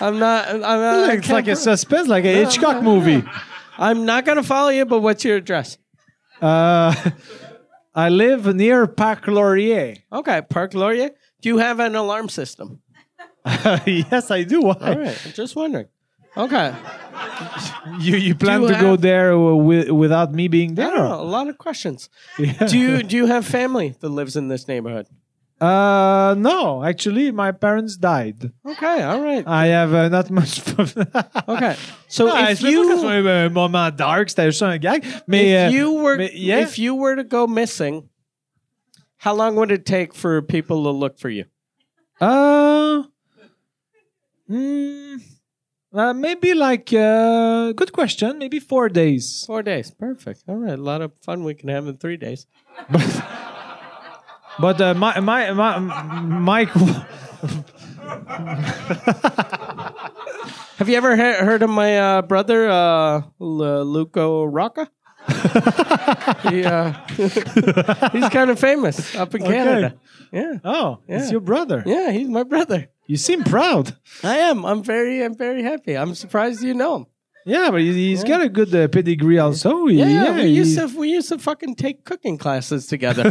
I'm not. I'm not. I it's like a can't- suspense, like a Hitchcock movie. I'm not gonna follow you. But what's your address? Uh, I live near Parc Laurier. Okay, Park Laurier. Do you have an alarm system? yes, I do. Why? All right. I'm just wondering. Okay. You you plan you to go have- there w- without me being I don't know. there? A lot of questions. Yeah. Do you do you have family that lives in this neighborhood? Uh, no, actually, my parents died. Okay. All right. I have uh, not much. okay. Okay. So if you un moment uh, dark, c'était juste un gag. Mais if euh, you were mais- yeah. if you were to go missing, how long would it take for people to look for you? Uh, mm, uh, maybe like uh, good question. Maybe four days. Four days. Perfect. All right. A lot of fun we can have in three days. But uh, my my my Mike. Have you ever he- heard of my uh, brother, uh, L- Luco Rocca? He, uh, he's kind of famous up in Canada. Yeah. Oh, it's Yeah. your brother. Yeah, he's my brother. You seem proud. I am. I'm very I'm very happy. I'm surprised you know him. Yeah, but he- he's Yeah. got a good uh, pedigree also. Yeah, yeah, we he- used to we used to fucking take cooking classes together.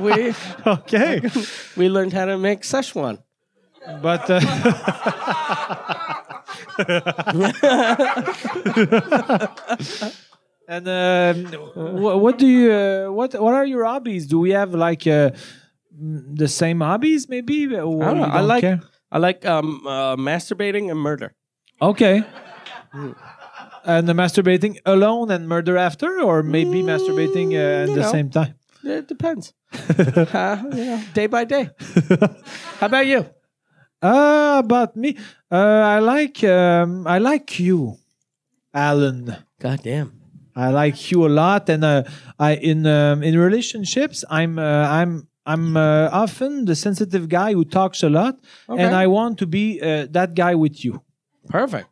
we Okay, we learned how to make Szechuan. but uh, and um, wh- what do you uh, what what are your hobbies? Do we have like uh, mm, the same hobbies? Maybe or I don't know. you I like care? I like um, uh, masturbating and murder. Okay. And the masturbating alone and murder after, or maybe masturbating uh, at Mm, you the know. same time. It depends. uh, you know, day by day. How about you? Uh, about me, uh, I like um, I like you, Alan. God damn. I like you a lot, and uh, I in um, in relationships, I'm uh, I'm I'm uh, often the sensitive guy who talks a lot, and Okay. I want to be uh, that guy with you. Perfect.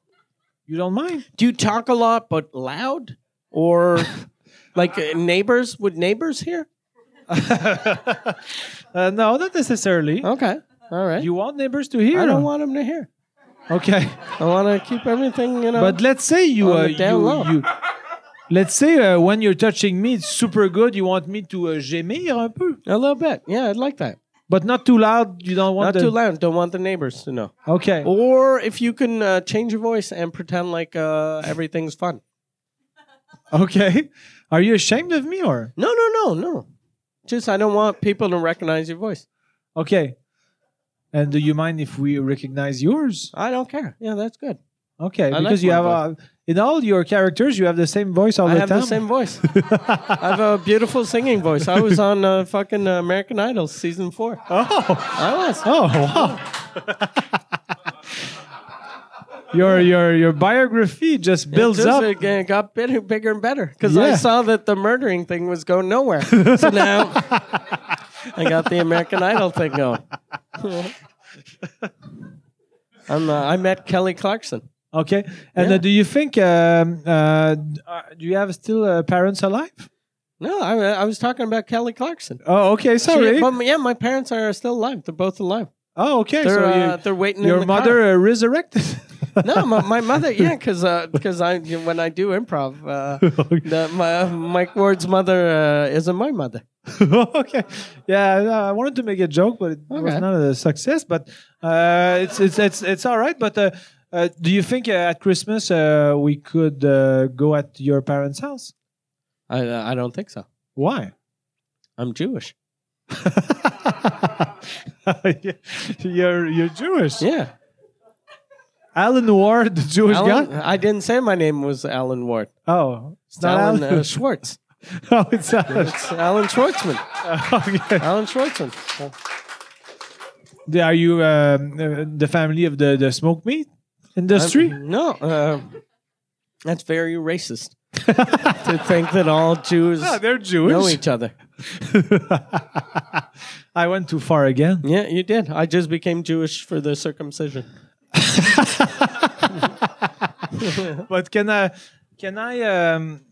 You don't mind? Do you talk a lot but loud or like uh, neighbors? Would neighbors hear? Uh, no, not necessarily. Okay. All right. You want neighbors to hear? I don't want them to hear. Okay, I want to keep everything, you know. but let's say you On uh, the down low. you, you let's say uh, when you're touching me, it's super good. You want me to uh, gémir un peu, a little bit. Yeah, I'd like that. but not too loud. You don't want Not the- too loud. Don't want the neighbors to know. Okay. Or if you can uh, change your voice and pretend like uh, everything's fun. Oh, Okay. Are you ashamed of me or? No, no, no, no. Just I don't want people to recognize your voice. Okay. And do you mind if we recognize yours? I don't care. Yeah, that's good. Okay, like because you my have uh, in all your characters you have the same voice all I the have time. the same voice. I have a beautiful singing voice. I was on uh, fucking uh, American Idol season four. Oh, I was. oh, wow. your your your biography just builds Just, up. uh, g- got bigger, bigger and better because Yeah. I saw that the murdering thing was going nowhere. so now I got the American Idol thing going. I'm, uh, I met Kelly Clarkson. okay. And Yeah. uh, do you think um, uh, d- uh, do you have still uh, parents alive? No, I, I was talking about Kelly Clarkson. Oh, okay. She- Sorry. but yeah, my parents are still alive. They're both alive. oh, okay. They're, So you, uh, they're waiting. in your the car. mother uh, resurrected. No, my, my mother. Yeah, because because I when I do improv, uh, the, my, Mike Ward's mother uh, isn't my mother. okay. Yeah, no, I wanted to make a joke, but it was Okay. not a success. But uh, it's it's it's it's all right. But uh, uh, do you think uh, at Christmas uh, we could uh, go at your parents' house? I I don't think so. Why? I'm Jewish. you're you're Jewish. Yeah, Alan Ward, the Jewish Alan, guy. I didn't say my name was Alan Ward. Oh, it's It's not Alan Alan. uh, Schwartz. oh, it's Alan. It's Alan Schwartzman. okay. Alan Schwartzman. Are you um, uh, the family of the the smoke meat industry? I'm- no, uh, that's very racist to think that all Jews Ah, they're know Jewish. each other. I went too far again. Yeah, you did. I just became Jewish for the circumcision. But can I can I um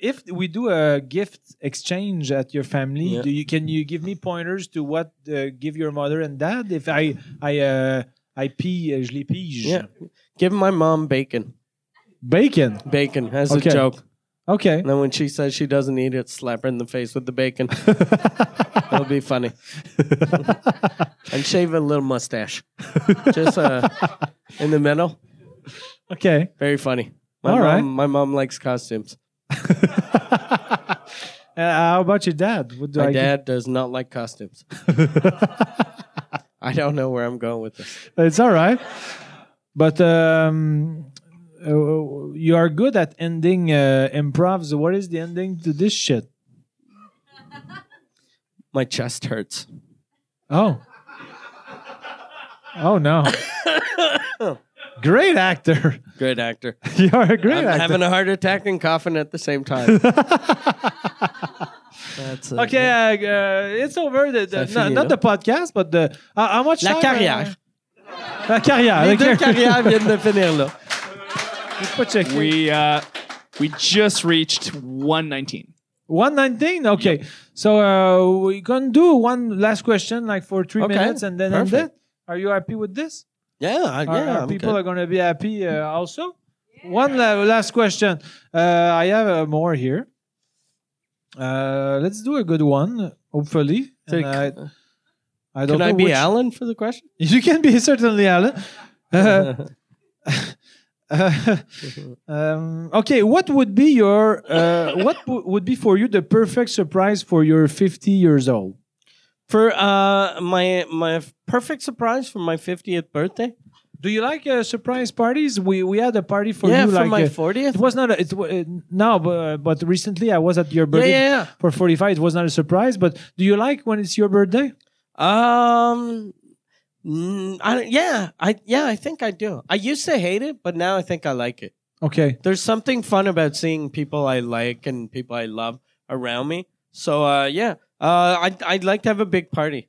if we do a gift exchange at your family, Yeah. do you can you give me pointers to what uh, give your mother and dad if I I uh, I pee uh, je les pige Yeah, give my mom bacon. bacon. Bacon as Okay. a joke. Okay. And then when she says she doesn't eat it, slap her in the face with the bacon. It'll be funny. and shave a little mustache. Just uh, in the middle. Okay. Very funny. My All mom, right. My mom likes costumes. Uh, how about your dad? What do My I give- dad does not like costumes. I don't know where I'm going with this. It's all right. But um uh, you are good at ending uh, improvs. What is the ending to this shit? My chest hurts. Oh. Oh no. great actor. Great actor. You are a great I'm actor. having a heart attack and coughing at the same time. That's uh, okay, uh, uh, it's over. The, the, Ça not, finit not là. the podcast, but the uh, how much La time, carrière. uh, la carrière. La Les deux carrière. carrières viennent de finir là. Faut pas checker. We uh, We just reached 119. 119 okay so uh, we can do one last question like for three Okay. minutes and then end Perfect. it are you happy with this Yeah, Are- I- yeah. are I'm people good. are going to be happy uh, also one la- last question uh, i have uh, more here uh, let's do a good one hopefully And I, I don't Can I know be which- Alan for the question? you can be certainly alan Uh, uh, um, okay, what would be your uh, what w- would be for you the perfect surprise for your 50 years old? for uh, my my f- perfect surprise for my 50th birthday. Do you like uh, surprise parties? We we had a party for yeah, you for like my uh, 40th. it was not a, it wa- uh, now but, but recently I was at your yeah, birthday yeah, for 45 it was not a surprise but do you like when it's your birthday? yeah. Um, mm, I, don't- yeah, I yeah, I think I do. I used to hate it, but now I think I like it. Okay. There's something fun about seeing people I like and people I love around me. So uh, yeah, uh, I'd I'd like to have a big party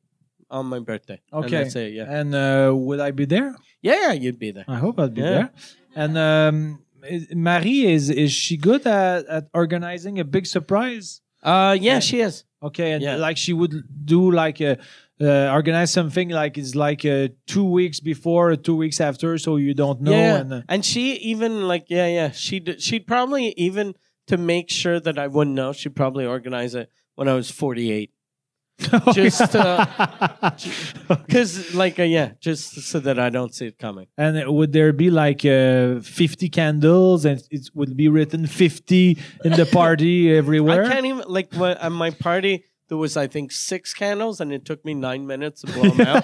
on my birthday. and Okay. that's it, yeah, And uh, will I be there? yeah, yeah, you'd be there. I hope I'll be Yeah. there. And um, is- Marie is is she good at, at organizing a big surprise? Uh, yeah, she is. Okay, and Yeah. like she would do like a, uh, organize something like it's like uh, two weeks before, two weeks after, so you don't know. yeah, And uh, and she even like yeah, yeah. She would she'd probably even to make sure that I wouldn't know. She'd probably organize it when I was forty eight, Just, because like uh, yeah, just so that I don't see it coming. and it- would there be like uh, fifty candles, and it would be written fifty in the party everywhere? I can't even like when, at my party there was I think six candles and it took me nine minutes to blow them out.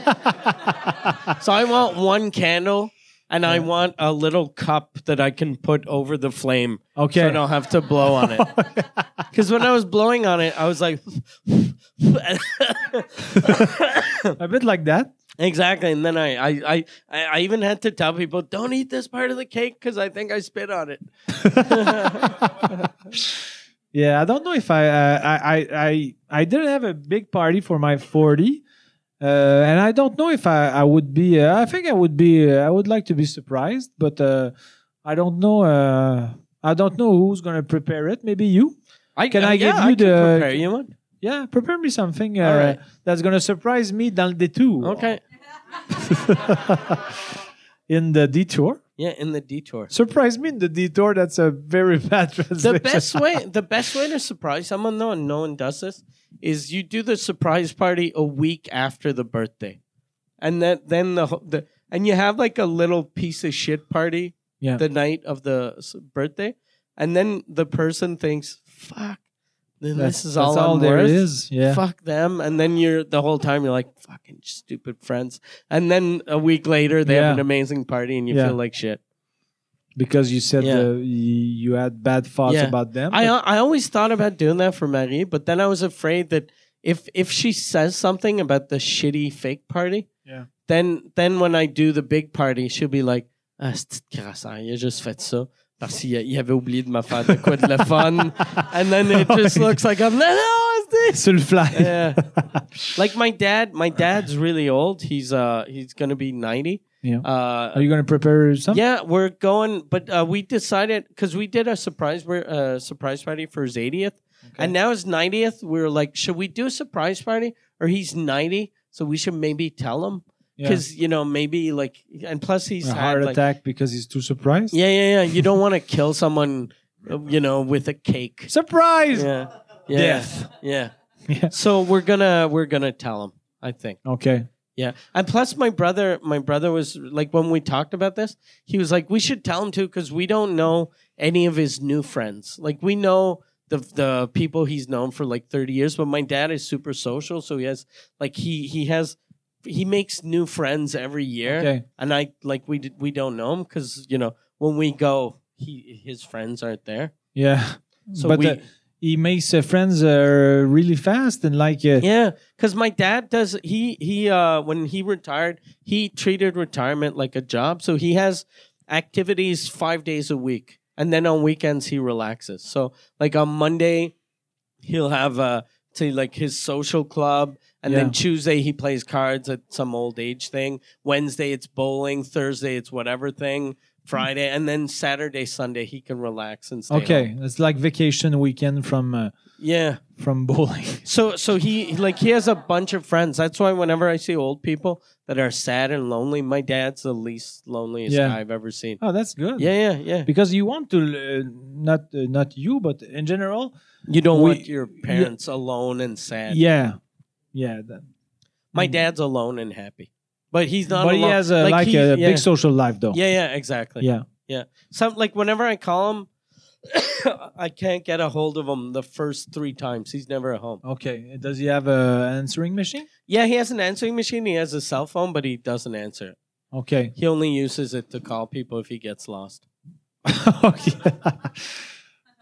so I want one candle. And I want a little cup that I can put over the flame, Okay. so I don't have to blow on it. Because when I was blowing on it, I was like, a bit like that. exactly. And then I, I, I, I I even had to tell people, don't eat this part of the cake because I think I spit on it. Yeah, I don't know if I uh, I, I I I didn't have a big party for my forty, uh, and I don't know if I I would be. Uh, I think I would be. Uh, I would like to be surprised, but uh, I don't know. Uh, I don't know who's gonna prepare it. Maybe you. I Can I give yeah, you I can the- prepare you one? Yeah, prepare me something uh, All right. that's gonna surprise me dans le détour. Okay. In the detour, Yeah, in the detour. surprise me in the detour. That's a very bad translation. The best way, the best way to surprise someone, though, and no one does this, is you do the surprise party a week after the birthday, and that then the, whole- the and you have like a little piece of shit party Yeah. the night of the s- birthday, and then the person thinks, "Fuck, then That's- this is that's all, I'm there worth. is. Yeah. Fuck them." And then you're the whole time you're like, "Fucking stupid friends," and then a week later they Yeah. have an amazing party and you Yeah. feel like shit. Because you said Yeah. uh, y- you had bad thoughts Yeah. about them. I I always thought about doing that for Marie, but then I was afraid that if if she says something about the shitty fake party, Yeah. then then when I do the big party, she'll be like, "Ah, c'est crasse, hein, il a juste fait ça parce qu'il a- il avait oublié de me faire de quoi de le fun," and then it just looks like I'm like, "No, it's this." Sur le fly. Yeah. like my dad, my dad's really old. He's uh he's gonna be ninety. Yeah. Uh, Are you going to prepare something? yeah, we're going, but uh, we decided because we did a surprise we're, uh, surprise party for his 80th, and now his 90th. We were like, should we do a surprise party? Or he's 90, so we should maybe tell him because you know maybe like, and plus he's a had, heart like- attack because he's too surprised. Yeah, yeah, yeah. You don't want to kill someone, uh, you know, with a cake. Surprise! Yeah, yeah, Death. Yeah. Yeah. So we're gonna we're gonna tell him. I think. Okay. Yeah, and plus my brother, my brother was like when we talked about this, he was like, "We should tell him to because we don't know any of his new friends. Like we know the the people he's known for like thirty years, but my dad is super social, so he has like he he has he makes new friends every year, Okay. and I like we d- we don't know him because you know when we go, he his friends aren't there. Yeah. So but we, uh, he makes uh, friends uh, really fast and like uh, Yeah, because my dad does. He he uh when he retired, he treated retirement like a job. So he has activities five days a week, and then on weekends he relaxes. So like on Monday, he'll have uh to like his social club, and Yeah. then Tuesday he Hmm. plays cards at some old age thing. Wednesday it's bowling. Thursday it's whatever thing. Friday, and then Saturday, Sunday he can relax and stay. home. Okay, it's like vacation weekend from uh, Yeah. from bowling. So so he like he has a bunch of friends. That's why whenever I see old people that are sad and lonely, my dad's the least loneliest Yeah. guy I've ever seen. Oh, that's good. Yeah, yeah, yeah. Because you want to uh, not uh, not you, but in general. You don't We- want your parents alone and sad. Yeah, yeah. that- My dad's alone and happy, but he's not. but he alone. has a, like, he- a yeah. big social life, though. Yeah, yeah, exactly. yeah. Some like whenever I call him, I can't get a hold of him the first three times. He's never at home. Okay. Does he have a answering machine? Yeah, he has an answering machine. He has a cell phone, but he doesn't answer. it. Okay. He only uses it to call people if he gets lost. okay.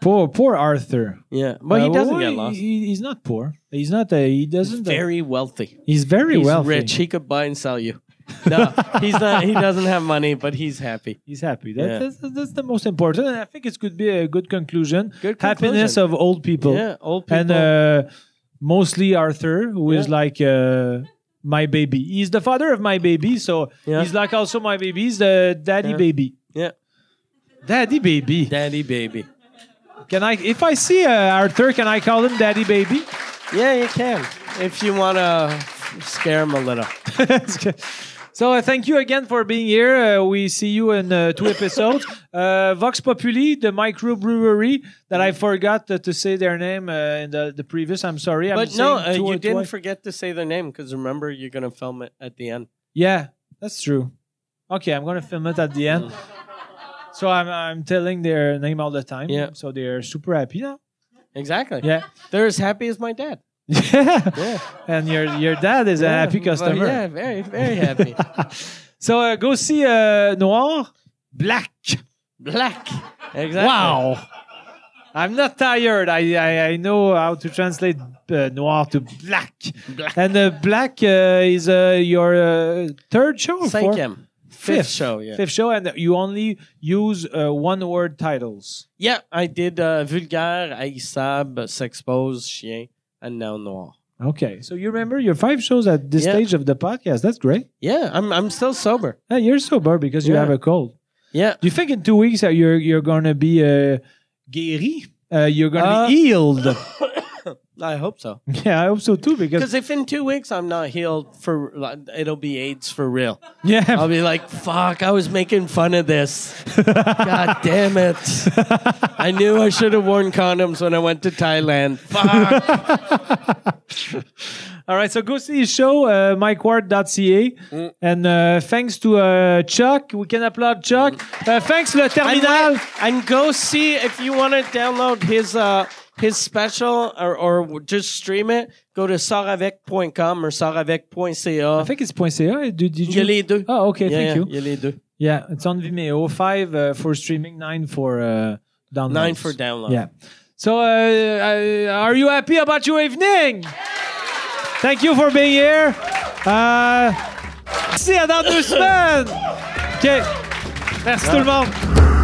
poor, poor Arthur. Yeah, but Uh, he doesn't well, get lost. he- he's not poor. He's not. A, he He's doesn't. uh, very wealthy. he's very he's wealthy. rich. He could buy and sell you. No, he's not. He doesn't have money, but he's happy. He's happy. That, Yeah. that's, that's the most important. And I think it could be a good conclusion. Good Happiness conclusion. of old people. yeah, old people. And uh, mostly Arthur, who is Yeah. like uh, my baby. He's the father of my baby, so Yeah. he's like also my baby. He's the daddy Yeah. baby. Yeah. Daddy baby. Daddy baby. Can I, if I see uh, Arthur, can I call him daddy baby? Yeah, you can if you want to scare him a little. That's good. So uh, thank you again for being here. Uh, we see you in uh, two episodes. Uh, Vox Populi, the microbrewery that I forgot to, to say their name uh, in the, the previous. I'm sorry. I'm but no, saying uh, two you or didn't twice. forget to say their name because remember you're gonna film it at the end. yeah, that's true. Okay, I'm gonna film it at the end. So I'm I'm telling their name all the time. Yeah. So they're super happy now. Exactly. Yeah. They're as happy as my dad. Yeah. Yeah. And your your dad is a Yeah, happy but customer. Yeah, very very happy. So uh, go see uh, Noir Black. Black. Exactly. Wow. I'm not tired. I, I, I know how to translate uh, noir to black. Black. And uh, black uh, is uh, your uh, third show? or Thank fourth? him. Fifth. Fifth show. Yeah. Fifth show, and you only use uh, one word titles. Yeah, I did uh, vulgaire, haïssable, s'expose, chien, and now noir. Okay. So you remember your five shows at this Yeah. stage of the podcast. That's great. Yeah, I'm I'm still sober. Hey, you're sober because you Yeah. have a cold. Yeah. Do you think in two weeks uh, you're, you're going to be uh, guéri? Uh, you're going to Uh, be healed. I hope so. yeah, I hope so too because. Because if in two weeks I'm not healed for, like, it'll be AIDS for real. Yeah. I'll be like, fuck, I was making fun of this. God damn it. I knew I should have worn condoms when I went to Thailand. Fuck. All right, so go see his show, uh, mikeward.ca. And uh, thanks to uh, Chuck. We can applaud Chuck. Uh, thanks, Le and, Terminal. wait, and go see if you want to download his uh, his special or, or just stream it. Go to saravec.com or I saravec.ca. think it's point .ca. Did, did Il y a you? les deux. Oh, okay, Yeah, thank yeah, you. il y a les deux. Yeah, it's on Vimeo. Five uh, for streaming, nine for uh, download. Nine for download. Yeah. So, uh, uh, are you happy about your evening? Thank you for being here. Uh, see you dans deux semaines. OK. Merci tout le monde.